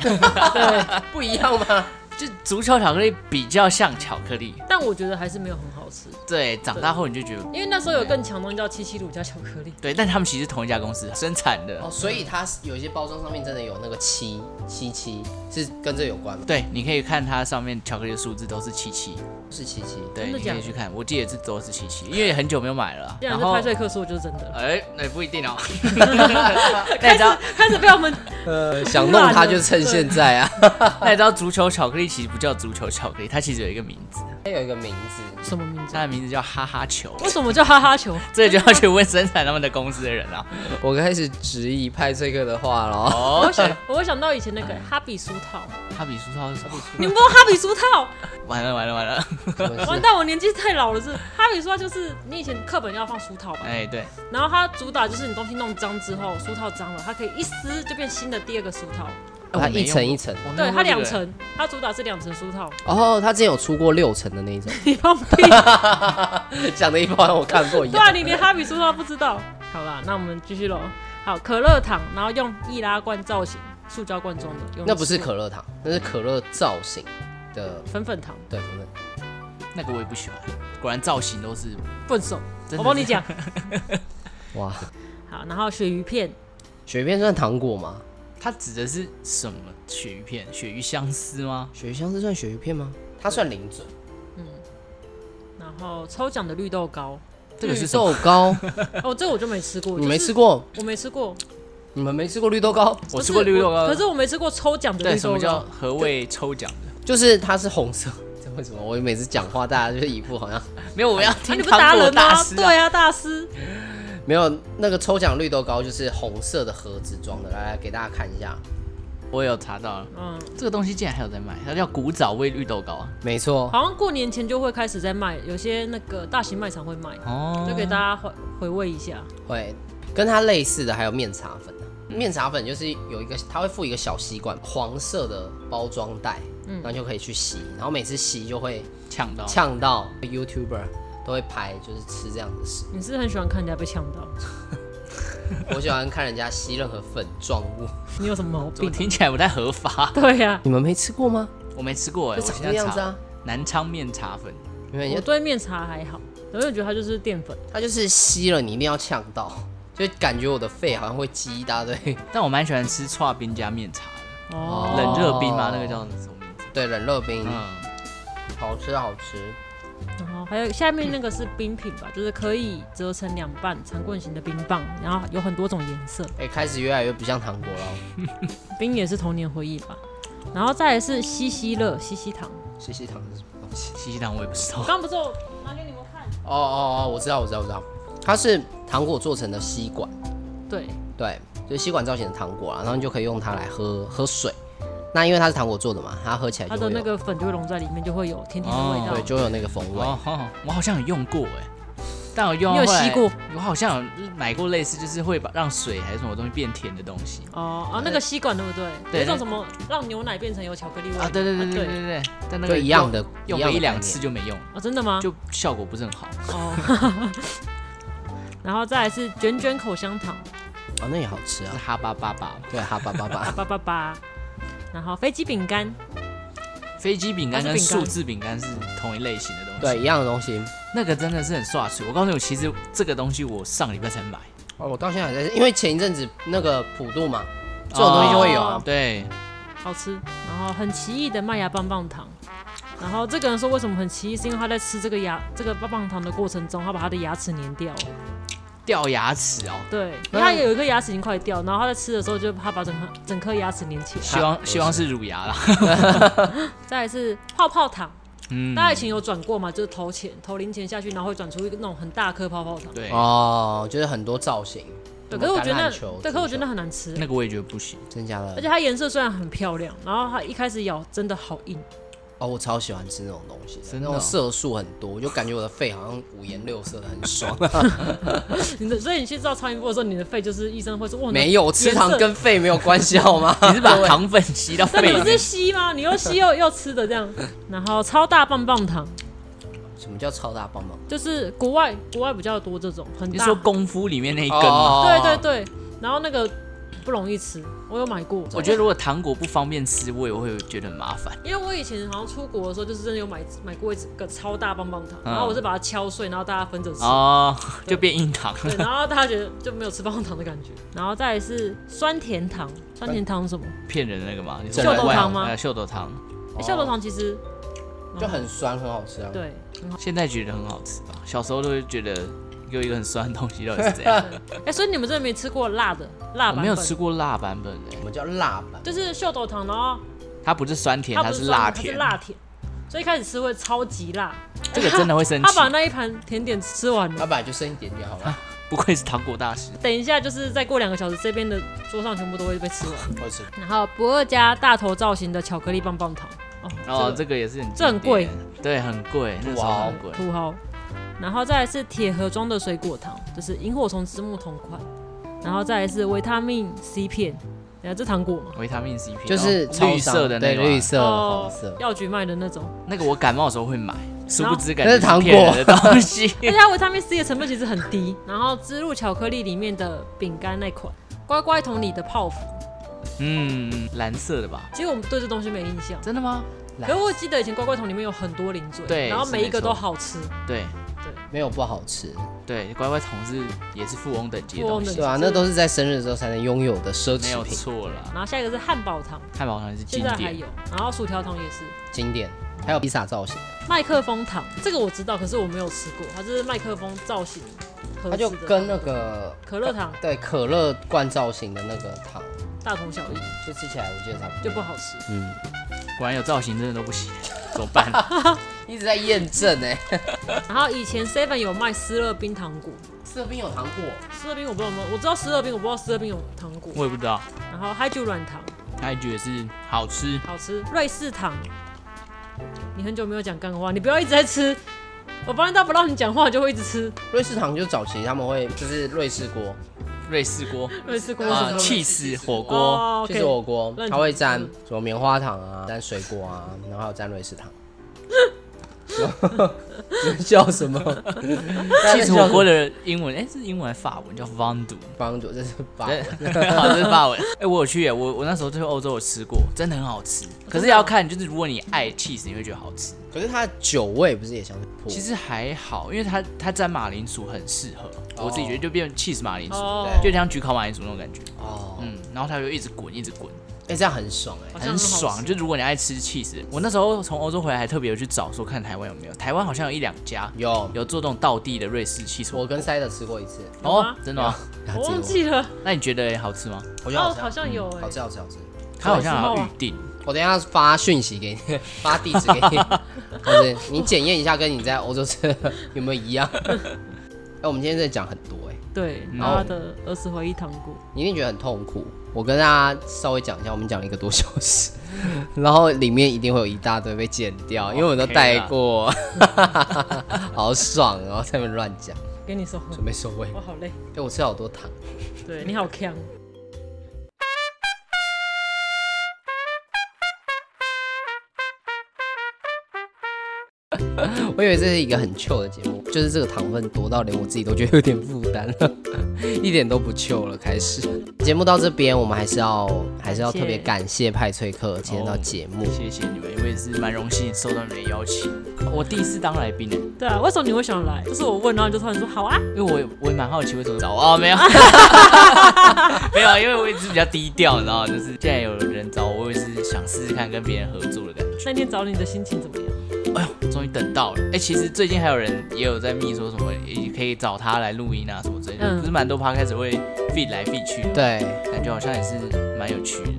[SPEAKER 1] 不一样吗？
[SPEAKER 3] 就足球巧克力比较像巧克力，
[SPEAKER 2] 但我觉得还是没有很好吃，
[SPEAKER 3] 对，长大后你就觉得
[SPEAKER 2] 因为那时候有更强
[SPEAKER 3] 嗯
[SPEAKER 2] 的东西叫七七乳加巧克力。
[SPEAKER 3] 对，但他们其实同一家公司生产的
[SPEAKER 1] 哦，。所以它是有一些包装上面真的有那个七七七，是跟这有关吗？
[SPEAKER 3] 对，你可以看它上面巧克力的数字都是七七，
[SPEAKER 1] 是七七。
[SPEAKER 3] 对，
[SPEAKER 2] 真的
[SPEAKER 3] 你
[SPEAKER 2] 假
[SPEAKER 3] 可
[SPEAKER 2] 的
[SPEAKER 3] 以去看，我记得是都是七七，因为很久没有买了啊。
[SPEAKER 2] 既然
[SPEAKER 3] 然
[SPEAKER 2] 是
[SPEAKER 3] 后
[SPEAKER 2] 派，对克说，就是真的了。
[SPEAKER 3] 哎，那也不一定哦。那你知道，
[SPEAKER 2] 开始被我们
[SPEAKER 1] 呃，想弄它就趁现在啊！
[SPEAKER 3] 那你知道足球巧克力其实不叫足球巧克力，它其实有一个名字，
[SPEAKER 1] 它有一个名字，
[SPEAKER 2] 什么名字
[SPEAKER 3] 它？的名字叫哈哈 球，
[SPEAKER 2] 为什么叫哈哈球？
[SPEAKER 3] 这就要去问生产他们的公司的人了。
[SPEAKER 1] 我开始质疑派翠克的话了。
[SPEAKER 3] 哦，
[SPEAKER 2] 我会想到以前那个哈比苏套，
[SPEAKER 3] 哈比苏超是什么？
[SPEAKER 2] 你们不知道哈比苏套？
[SPEAKER 3] 完了完了完了！
[SPEAKER 1] 什么
[SPEAKER 2] 完
[SPEAKER 1] 事
[SPEAKER 2] 蛋，我年纪太老了是。哈比苏套就是你以前课本要放书套吧，
[SPEAKER 3] 哎，对，
[SPEAKER 1] 哦
[SPEAKER 2] 然后它主打就是你东西弄脏之后，书套脏了，它可以一撕就变新的第二个书套。
[SPEAKER 1] 它一层一层。
[SPEAKER 3] 我没用过，
[SPEAKER 2] 对，它两
[SPEAKER 3] 我没用过这个。
[SPEAKER 2] 层，它主打是两层书套。
[SPEAKER 1] 哦，它之前有出过六层的那一种，
[SPEAKER 2] 你放屁！
[SPEAKER 1] 讲的一包我看过一
[SPEAKER 2] 对啊，
[SPEAKER 1] 样。
[SPEAKER 2] 你连哈比苏套不知道。好啦，那我们继续喽。好，可乐糖，然后用易拉罐造型，塑胶罐装的。用
[SPEAKER 1] 那不是可乐糖，那是可乐造型的。
[SPEAKER 2] 粉粉糖，
[SPEAKER 1] 对，粉粉
[SPEAKER 3] 那个我也不喜欢，果然造型都是。
[SPEAKER 2] 笨手。
[SPEAKER 3] 真的
[SPEAKER 2] 我帮你讲。
[SPEAKER 1] 哇，
[SPEAKER 2] 好，然后鳕鱼片，
[SPEAKER 1] 雪片算糖果吗？
[SPEAKER 3] 它指的是什么？鳕鱼片、鳕鱼香丝吗？
[SPEAKER 1] 雪香是算雪片吗？它算零嘴。
[SPEAKER 2] 然后抽奖的绿豆糕。
[SPEAKER 3] 这
[SPEAKER 2] 嗯
[SPEAKER 3] 个是
[SPEAKER 1] 绿
[SPEAKER 3] 什么？
[SPEAKER 1] 豆糕，
[SPEAKER 2] 哦，这个我就没吃过，
[SPEAKER 1] 你没吃
[SPEAKER 2] 过？
[SPEAKER 1] 过？
[SPEAKER 2] 我没吃过，
[SPEAKER 1] 你们没吃过绿豆糕？
[SPEAKER 3] 我
[SPEAKER 2] 不是
[SPEAKER 3] 吃过绿豆糕
[SPEAKER 2] 可，是我没吃过抽奖的
[SPEAKER 3] 对，
[SPEAKER 2] 绿
[SPEAKER 3] 什
[SPEAKER 2] 豆
[SPEAKER 3] 么叫
[SPEAKER 2] 糕。啊
[SPEAKER 3] 何谓抽奖的？
[SPEAKER 1] 就是它是红色。这为什么我每次讲话，大家就是一副好像
[SPEAKER 3] 没有，我们要
[SPEAKER 2] 啊，
[SPEAKER 3] 听
[SPEAKER 2] 你不
[SPEAKER 3] 糖
[SPEAKER 2] 达
[SPEAKER 3] 果
[SPEAKER 2] 人
[SPEAKER 3] 大
[SPEAKER 2] 吗？
[SPEAKER 3] 师啊。
[SPEAKER 2] 对啊，大师。
[SPEAKER 1] 没有那个抽奖绿豆糕，就是红色的盒子装的。来来，给大家看一下。
[SPEAKER 3] 我有查到了，
[SPEAKER 2] 嗯，
[SPEAKER 3] 这个东西竟然还有在卖，它叫古早味绿豆糕啊。
[SPEAKER 1] 没错，
[SPEAKER 2] 好像过年前就会开始在卖，有些那个大型卖场会卖，
[SPEAKER 3] 哦
[SPEAKER 2] 就给大家回回味一下。
[SPEAKER 1] 会跟它类似的还有面茶粉、啊、面茶粉就是有一个，它会附一个小吸管，黄色的包装袋，然后就可以去吸，然后每次吸就会
[SPEAKER 3] 抢啊到，
[SPEAKER 1] 呛到 YouTuber 都会拍，就是吃这样的食
[SPEAKER 2] 你是很喜欢看人家被呛到？
[SPEAKER 1] 物。我喜欢看人家吸任何粉状物，
[SPEAKER 2] 你有什么毛
[SPEAKER 3] 怎
[SPEAKER 2] 病？
[SPEAKER 3] 么
[SPEAKER 2] 啊
[SPEAKER 3] 听起来不太合法？
[SPEAKER 2] 对啊呀、
[SPEAKER 1] 你们没吃过吗？
[SPEAKER 3] 我没吃过哎，
[SPEAKER 1] 就
[SPEAKER 3] 我
[SPEAKER 1] 长
[SPEAKER 3] 现
[SPEAKER 1] 这
[SPEAKER 3] 在
[SPEAKER 1] 样子
[SPEAKER 3] 查
[SPEAKER 1] 啊，
[SPEAKER 3] 南昌面茶粉，
[SPEAKER 1] 因为
[SPEAKER 2] 我对面茶还好，我就觉得它就是淀粉。
[SPEAKER 1] 它就是吸了你一定要呛到，就感觉我的肺好像会积一大堆。
[SPEAKER 3] 但我蛮喜欢吃串冰加面茶的，
[SPEAKER 2] 哦，
[SPEAKER 3] 冷热冰吗？那个叫什么名字？
[SPEAKER 1] 对，冷热冰，
[SPEAKER 3] 嗯，
[SPEAKER 1] 好吃好吃。
[SPEAKER 2] 然后还有下面那个是冰品吧，就是可以折成两半长棍形的冰棒，然后有很多种颜色。
[SPEAKER 1] 哎、开始越来越不像糖果了哦。
[SPEAKER 2] 冰也是童年回忆吧。然后再来是西西乐、西西糖。
[SPEAKER 1] 西西糖是什么东西？
[SPEAKER 3] 西西糖我也不知道。
[SPEAKER 2] 刚不是我拿给你们看？
[SPEAKER 1] 哦哦哦，我知道，我知道，我知道，它是糖果做成的吸管，
[SPEAKER 2] 对，
[SPEAKER 3] 哎
[SPEAKER 1] 对，就是吸管造型的糖果啦，啊然后你就可以用它来喝喝水。那因为它是糖果做的嘛，它喝起来
[SPEAKER 2] 它的
[SPEAKER 1] 就会有
[SPEAKER 2] 那个粉就会融在里面，就会有甜甜的味道。
[SPEAKER 1] 对，就会有那个风味。
[SPEAKER 3] 哦，哦我好像有用过哎，但我用
[SPEAKER 2] 你有
[SPEAKER 3] 后来
[SPEAKER 2] 吸过？
[SPEAKER 3] 我好像有买过类似，就是会把让水还是什么东西变甜的东西
[SPEAKER 2] 哦啊，那个吸管对不对？
[SPEAKER 3] 对
[SPEAKER 2] 有一种什么让牛奶变成有巧克力味
[SPEAKER 3] 啊，对对对对
[SPEAKER 2] 啊
[SPEAKER 3] 对对对，但那
[SPEAKER 1] 就
[SPEAKER 3] 个
[SPEAKER 1] 一样的
[SPEAKER 3] 用
[SPEAKER 1] 一
[SPEAKER 3] 用
[SPEAKER 1] 样
[SPEAKER 3] 了
[SPEAKER 1] 的
[SPEAKER 3] 一两
[SPEAKER 1] 概
[SPEAKER 3] 次
[SPEAKER 1] 念
[SPEAKER 3] 就没用了，
[SPEAKER 2] 啊，真的吗？
[SPEAKER 3] 就效果不是很好。
[SPEAKER 2] 哦。然后再来是卷卷口香糖，
[SPEAKER 1] 哦，那也好吃
[SPEAKER 3] 是
[SPEAKER 1] 啊。
[SPEAKER 3] 哈巴巴巴，
[SPEAKER 1] 对，哈巴巴巴，
[SPEAKER 2] 八八八。然后飞机饼干，
[SPEAKER 3] 飞机饼干
[SPEAKER 2] 它是
[SPEAKER 3] 跟
[SPEAKER 2] 饼干
[SPEAKER 3] 数字饼干是同一类型的东西。
[SPEAKER 1] 对，，一样的东西。
[SPEAKER 3] 那个真的是很刷水。我告诉你，其实这个东西我上礼拜才买。
[SPEAKER 1] 哦，我到现在还在，因为前一阵子那个普渡嘛，这种东西就会有啊。
[SPEAKER 2] 哦
[SPEAKER 3] 对，
[SPEAKER 2] 好吃。然后很奇异的麦芽棒棒糖。然后这个人说为什么很奇异，是因为他在吃这个牙这个棒棒糖的过程中，他把他的牙齿粘掉了。
[SPEAKER 3] 掉牙齿哦。
[SPEAKER 2] 对，因为他有一颗牙齿已经快掉，然后他在吃的时候就他把整颗整颗牙齿粘起来。
[SPEAKER 3] 希望希望是乳牙啦。
[SPEAKER 2] 再来是泡泡糖，
[SPEAKER 3] 嗯，
[SPEAKER 2] 大家以前有转过嘛，就是投钱投零钱下去，然后会转出一个那种很大颗泡泡糖。
[SPEAKER 3] 对，
[SPEAKER 1] 哦，就是很多造型，
[SPEAKER 2] 对，
[SPEAKER 1] 什么
[SPEAKER 2] 可是我觉得那
[SPEAKER 1] 橄榄球
[SPEAKER 2] 对，可是我觉得那
[SPEAKER 1] 足
[SPEAKER 2] 很难吃，
[SPEAKER 3] 那个我也觉得不行。
[SPEAKER 1] 球真假
[SPEAKER 2] 而
[SPEAKER 1] 的
[SPEAKER 2] 且它颜色虽然很漂亮，然后它一开始咬真的好硬。
[SPEAKER 1] 哦，我超喜欢吃那种东西的，
[SPEAKER 3] 真的
[SPEAKER 1] 那
[SPEAKER 3] 哦
[SPEAKER 1] 种色素很多，我就感觉我的肺好像五颜六色的，很 爽。
[SPEAKER 2] 你的， 所以你去照超音波的时候，你的肺就是医生会说，哇，你的
[SPEAKER 1] 没有，吃糖
[SPEAKER 2] 颜色
[SPEAKER 1] 跟肺没有关系好吗？
[SPEAKER 3] 你是把糖粉吸到
[SPEAKER 2] 那
[SPEAKER 3] 肺
[SPEAKER 2] 你
[SPEAKER 3] 里
[SPEAKER 2] 不是
[SPEAKER 3] 面？
[SPEAKER 2] 吸吗？你又吸又又吃的这样， 然后超大棒棒糖，
[SPEAKER 1] 什么叫超大棒棒？
[SPEAKER 2] 就是国外国外比较多这种很
[SPEAKER 3] 你
[SPEAKER 2] 大
[SPEAKER 3] 是，说功夫里面那一根吗？
[SPEAKER 1] 哦
[SPEAKER 2] 对对对，然后那个不容易吃，我有买过，
[SPEAKER 3] 我
[SPEAKER 1] 哦
[SPEAKER 3] 觉得如果糖果不方便吃，我也会觉得很麻烦。
[SPEAKER 2] 因为我以前好像出国的时候，就是真的有买买过一个超大棒棒糖，
[SPEAKER 3] 嗯
[SPEAKER 2] 然后我是把它敲碎，然后大家分着吃。
[SPEAKER 3] 哦，就变硬糖。
[SPEAKER 2] 对，然后大家觉得就没有吃棒棒糖的感觉，然后再来是酸甜糖，酸甜糖是什么？
[SPEAKER 3] 骗人的那个吗？你
[SPEAKER 1] 秀
[SPEAKER 3] 说
[SPEAKER 1] 豆
[SPEAKER 3] 外
[SPEAKER 2] 糖吗
[SPEAKER 3] 呃秀豆糖，
[SPEAKER 2] 欸酵豆糖其实
[SPEAKER 1] 就很酸，很好吃啊。，
[SPEAKER 2] 对，
[SPEAKER 3] 现在觉得很好吃吧？小时候都会觉得有一个很酸的东西到底是怎样？
[SPEAKER 2] 哎、所以你们真的没吃过辣的辣版
[SPEAKER 3] 我
[SPEAKER 2] 本？
[SPEAKER 3] 没有吃，过辣版本的，
[SPEAKER 1] 什么叫辣版？
[SPEAKER 2] 就是秀豆糖，然后
[SPEAKER 3] 它不是酸甜，
[SPEAKER 2] 它
[SPEAKER 3] 它
[SPEAKER 2] 不是
[SPEAKER 3] 辣
[SPEAKER 2] 酸的它
[SPEAKER 3] 甜
[SPEAKER 2] 是。辣甜，所以一开始吃会超级辣。
[SPEAKER 3] 这个真的啊 会生
[SPEAKER 2] 他把
[SPEAKER 3] 气。
[SPEAKER 2] 那一盘甜点吃完
[SPEAKER 1] 他
[SPEAKER 2] 了，
[SPEAKER 1] 本来就剩一点就好了，
[SPEAKER 3] 不愧是糖果大师，
[SPEAKER 2] 等一下就是再过两个小时，这边的桌上全部都会被吃完。
[SPEAKER 1] 或者是
[SPEAKER 2] 然后不二家大头造型的巧克力棒棒糖，哦，
[SPEAKER 3] 然后
[SPEAKER 2] 这
[SPEAKER 3] 这个也是很
[SPEAKER 2] 这很
[SPEAKER 3] 经典
[SPEAKER 2] 贵，哦
[SPEAKER 3] 对，很贵，那时候很贵
[SPEAKER 2] 个。土豪。然后再来是铁盒装的水果糖，就是萤火虫之墓同款。然后再来是维他命 C 片，然后这糖果嘛，
[SPEAKER 3] 维他命 C 片，
[SPEAKER 1] 就是
[SPEAKER 3] 然后
[SPEAKER 1] 超
[SPEAKER 3] 绿
[SPEAKER 1] 商
[SPEAKER 3] 色的那
[SPEAKER 1] 对，
[SPEAKER 3] 个嘛，
[SPEAKER 1] 绿色、
[SPEAKER 2] 哦
[SPEAKER 1] 红色，
[SPEAKER 2] 药局卖的那种。
[SPEAKER 3] 那个我感冒的时候会买，殊不知感
[SPEAKER 1] 那是
[SPEAKER 3] 觉
[SPEAKER 1] 糖果
[SPEAKER 3] 骗人的东西。
[SPEAKER 2] 而且它维他命 C 的成分其实很低。然后芝露巧克力里面的饼干那款，乖乖桶里的泡芙，
[SPEAKER 3] 嗯，蓝色的吧？
[SPEAKER 2] 其实我们对这东西没印象。
[SPEAKER 3] 真的吗？
[SPEAKER 1] 蓝
[SPEAKER 2] 可是我记得以前乖乖桶里面有很多零嘴，
[SPEAKER 3] 对
[SPEAKER 2] 然后
[SPEAKER 3] 是
[SPEAKER 2] 每一个
[SPEAKER 3] 没错
[SPEAKER 2] 都好吃，
[SPEAKER 3] 对
[SPEAKER 1] 没有不好吃，
[SPEAKER 3] 对，乖乖桶是也是富翁等级的
[SPEAKER 2] 富翁
[SPEAKER 3] 东
[SPEAKER 2] 等
[SPEAKER 3] 西，
[SPEAKER 1] 对啊，那都是在生日的时候才能拥有的奢
[SPEAKER 3] 没有
[SPEAKER 1] 侈品，
[SPEAKER 3] 错啦。
[SPEAKER 2] 然后下一个是汉堡糖，
[SPEAKER 3] 汉堡糖是
[SPEAKER 2] 现
[SPEAKER 3] 经
[SPEAKER 2] 在还
[SPEAKER 3] 典
[SPEAKER 2] 有，然后薯条糖也是，
[SPEAKER 1] 经典。还有披萨造型，
[SPEAKER 2] 麦克风糖这个我知道，可是我没有吃过，它就是麦克风造型盒子
[SPEAKER 1] 它
[SPEAKER 2] 的
[SPEAKER 1] 就跟那个
[SPEAKER 2] 可乐糖
[SPEAKER 1] 对可乐罐造型的那个糖，嗯
[SPEAKER 2] 大同小异，
[SPEAKER 1] 就吃起来我记得差不
[SPEAKER 2] 就
[SPEAKER 1] 多。
[SPEAKER 2] 不好吃。
[SPEAKER 1] 嗯，
[SPEAKER 3] 果然有造型真的都不行，怎么 办？
[SPEAKER 1] 一直在验证 哎、
[SPEAKER 2] 然后以前 Seven 有卖湿乐冰糖果，
[SPEAKER 1] 这边有糖果，
[SPEAKER 2] 湿乐冰我不知道有没有，我知道湿乐冰，我不知道湿乐冰有糖果。
[SPEAKER 3] 我也不知道。
[SPEAKER 2] 然后嗨酒软糖
[SPEAKER 3] 那一句也是好吃，
[SPEAKER 2] 好吃，瑞士糖，你很久没有讲干话，你不要一直在吃。我发现到不让你讲话就会一直吃
[SPEAKER 1] 瑞士糖就早期他们会就是瑞士锅，
[SPEAKER 3] 瑞士锅
[SPEAKER 2] 瑞士锅什
[SPEAKER 3] 啊，
[SPEAKER 2] 么
[SPEAKER 3] 气死火锅，
[SPEAKER 2] 哦
[SPEAKER 1] 就是
[SPEAKER 2] ，OK，
[SPEAKER 1] 火锅
[SPEAKER 2] 那，你
[SPEAKER 1] 它会沾什么棉花糖啊，沾水果啊，然后还有沾瑞士 糖。 你们笑什么？
[SPEAKER 3] 气死火锅的英文哎是英文还是法文叫 v a n d u
[SPEAKER 1] 帮主这是法
[SPEAKER 3] 对
[SPEAKER 1] 文，
[SPEAKER 3] 好，这是法文。哎、我有去耶，我我那时候去欧洲有吃过，真的很好吃。可是要看，就是如果你爱 cheese，你会觉得好吃。
[SPEAKER 1] 可是它的酒味不是也相扑？
[SPEAKER 3] 其实还好，因为它它蘸马铃薯很适合，我自己觉得就变 cheese 马铃薯，
[SPEAKER 2] 哦，
[SPEAKER 1] 对
[SPEAKER 3] 就像焗烤马铃薯那种感觉。
[SPEAKER 1] 哦，哎、
[SPEAKER 3] 嗯，然后它就一直滚，一直滚，
[SPEAKER 1] 这样很爽哎、
[SPEAKER 2] 好像好
[SPEAKER 3] 很
[SPEAKER 2] 吃
[SPEAKER 3] 爽。就如果你爱吃 cheese，我那时候从欧洲回来还特别有去找说看台湾有没有，台湾好像有一两家
[SPEAKER 1] 有，
[SPEAKER 3] 有做这种道地的瑞士 cheese
[SPEAKER 1] 我跟塞德吃过一次，
[SPEAKER 2] 有
[SPEAKER 3] 哦
[SPEAKER 2] 吗，
[SPEAKER 3] 真的吗？
[SPEAKER 1] 他
[SPEAKER 2] 我
[SPEAKER 1] 吃
[SPEAKER 2] 忘
[SPEAKER 1] 过
[SPEAKER 2] 记了，
[SPEAKER 3] 那你觉得好吃吗？
[SPEAKER 1] 我觉得
[SPEAKER 2] 哦，
[SPEAKER 1] 好吃啊、
[SPEAKER 2] 好像有哎
[SPEAKER 1] 好，吃好吃好吃。
[SPEAKER 3] 它好像
[SPEAKER 2] 我
[SPEAKER 3] 还
[SPEAKER 2] 知道
[SPEAKER 3] 有
[SPEAKER 2] 啊
[SPEAKER 3] 预定，
[SPEAKER 1] 我等一下发讯息给你， 发地址给你，或者你检验一下跟你在欧洲吃的 有没有一样。哎、我们今天在讲很多哎、
[SPEAKER 2] 对，
[SPEAKER 3] 嗯
[SPEAKER 2] 然后它的儿时回忆糖果，
[SPEAKER 1] 你一定觉得很痛苦。我跟大家稍微讲一下，我们讲了一个多小时， 然后里面一定会有一大堆被剪掉，因为我都
[SPEAKER 3] OK 啦
[SPEAKER 1] 带过， 好爽哦，在那边乱讲，
[SPEAKER 2] 给你收回
[SPEAKER 1] 准，备收尾。
[SPEAKER 2] 我好累，
[SPEAKER 1] 哎、我吃好多糖。
[SPEAKER 2] 对你好强，
[SPEAKER 1] 我以为这是一个很 chill 的节目，就是这个糖分多到连我自己都觉得有点负担了， 一点都不 chill 了。开始节目到这边，我们还是要还是要
[SPEAKER 2] 感谢
[SPEAKER 1] 特别感谢派翠克今天到节目。
[SPEAKER 3] 谢谢你们，我也是蛮荣幸受到你们的邀请。我第一次当来宾呢，
[SPEAKER 2] 对啊，为什么你会想来？就是我问，然后你就突然说好啊，
[SPEAKER 3] 因为我也我也蛮好奇为什么找我哦，没有， 没有，因为我一直比较低调，你知道吗，就是既然有人找我，我也是想试试看跟别人合作的感觉。
[SPEAKER 2] 那天找你的心情怎么样？
[SPEAKER 3] 哎呦，终于等到了！哎，其实最近还有人也有在密说什么，也可以找他来录音啊什么之类的，
[SPEAKER 2] 嗯
[SPEAKER 3] 不是蛮多趴开始会 feed 来 feed 去，
[SPEAKER 1] 对，
[SPEAKER 3] 感觉好像也是蛮有趣的。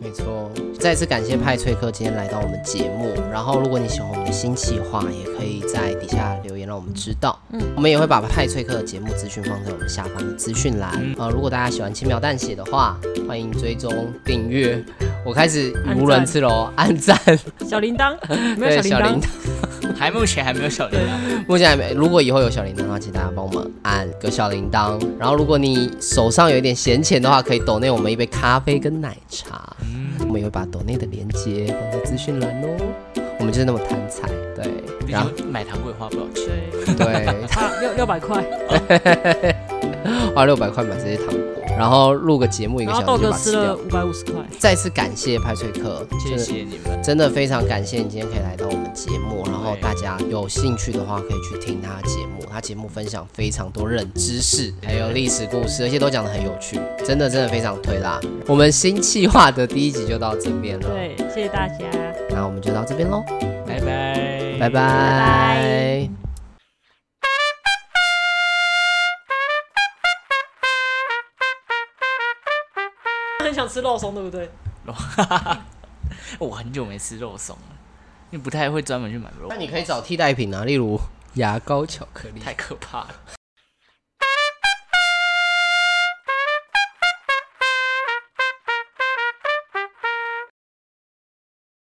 [SPEAKER 1] 没错，再次感谢派翠克今天来到我们节目。然后，如果你喜欢我们的新企划，也可以在底下留言让我们知道。嗯，我们也会把派翠克的节目资讯放在我们下方的资讯栏。
[SPEAKER 3] 嗯
[SPEAKER 1] 呃，如果大家喜欢轻描淡写的话，欢语音追踪订阅。我开始语无伦次喽，按赞。
[SPEAKER 2] 小铃 铛有没有
[SPEAKER 1] 对，
[SPEAKER 2] 小铃铛，啊
[SPEAKER 1] 铛。
[SPEAKER 3] 还目前还没有小铃铛，
[SPEAKER 1] 目前还没，如果以后有小铃铛的话，请大家帮我们按个小铃铛。然后，如果你手上有一点闲钱的话，可以抖内我们一杯咖啡跟奶茶。我们也会把抖内的链接放在资讯栏哦。我们就是那么贪财，对，
[SPEAKER 3] 毕
[SPEAKER 1] 然后
[SPEAKER 3] 竟买糖果也花不少钱。
[SPEAKER 2] 对，
[SPEAKER 1] 对，
[SPEAKER 2] 啊，六六百块，
[SPEAKER 1] 花六百块买这些糖果，然后录个节目一个
[SPEAKER 2] 然
[SPEAKER 1] 小
[SPEAKER 2] 后豆
[SPEAKER 1] 时
[SPEAKER 2] 哥吃
[SPEAKER 1] 就把它吃掉
[SPEAKER 2] 了。五百五十块，
[SPEAKER 1] 再次感谢派翠克，
[SPEAKER 3] 谢
[SPEAKER 1] 真的
[SPEAKER 3] 谢你们，
[SPEAKER 1] 真的非常感谢你今天可以来到我们节目，然后大家有兴趣的话可以去听他的节目，他节目分享非常多冷知识，还有历史故事，而且都讲得很有趣，真的真的非常推啦。我们新企划的第一集就到这边了，
[SPEAKER 2] 对，谢谢大家，
[SPEAKER 1] 那我们就到这边喽，
[SPEAKER 3] 拜拜，
[SPEAKER 1] 拜拜
[SPEAKER 2] 拜很想吃肉松，对不对？
[SPEAKER 3] 我很久没吃肉松了，因为不太会专门去买肉
[SPEAKER 1] 那，你可以找替代品啊，例如牙膏、巧克力。
[SPEAKER 3] 太可怕了。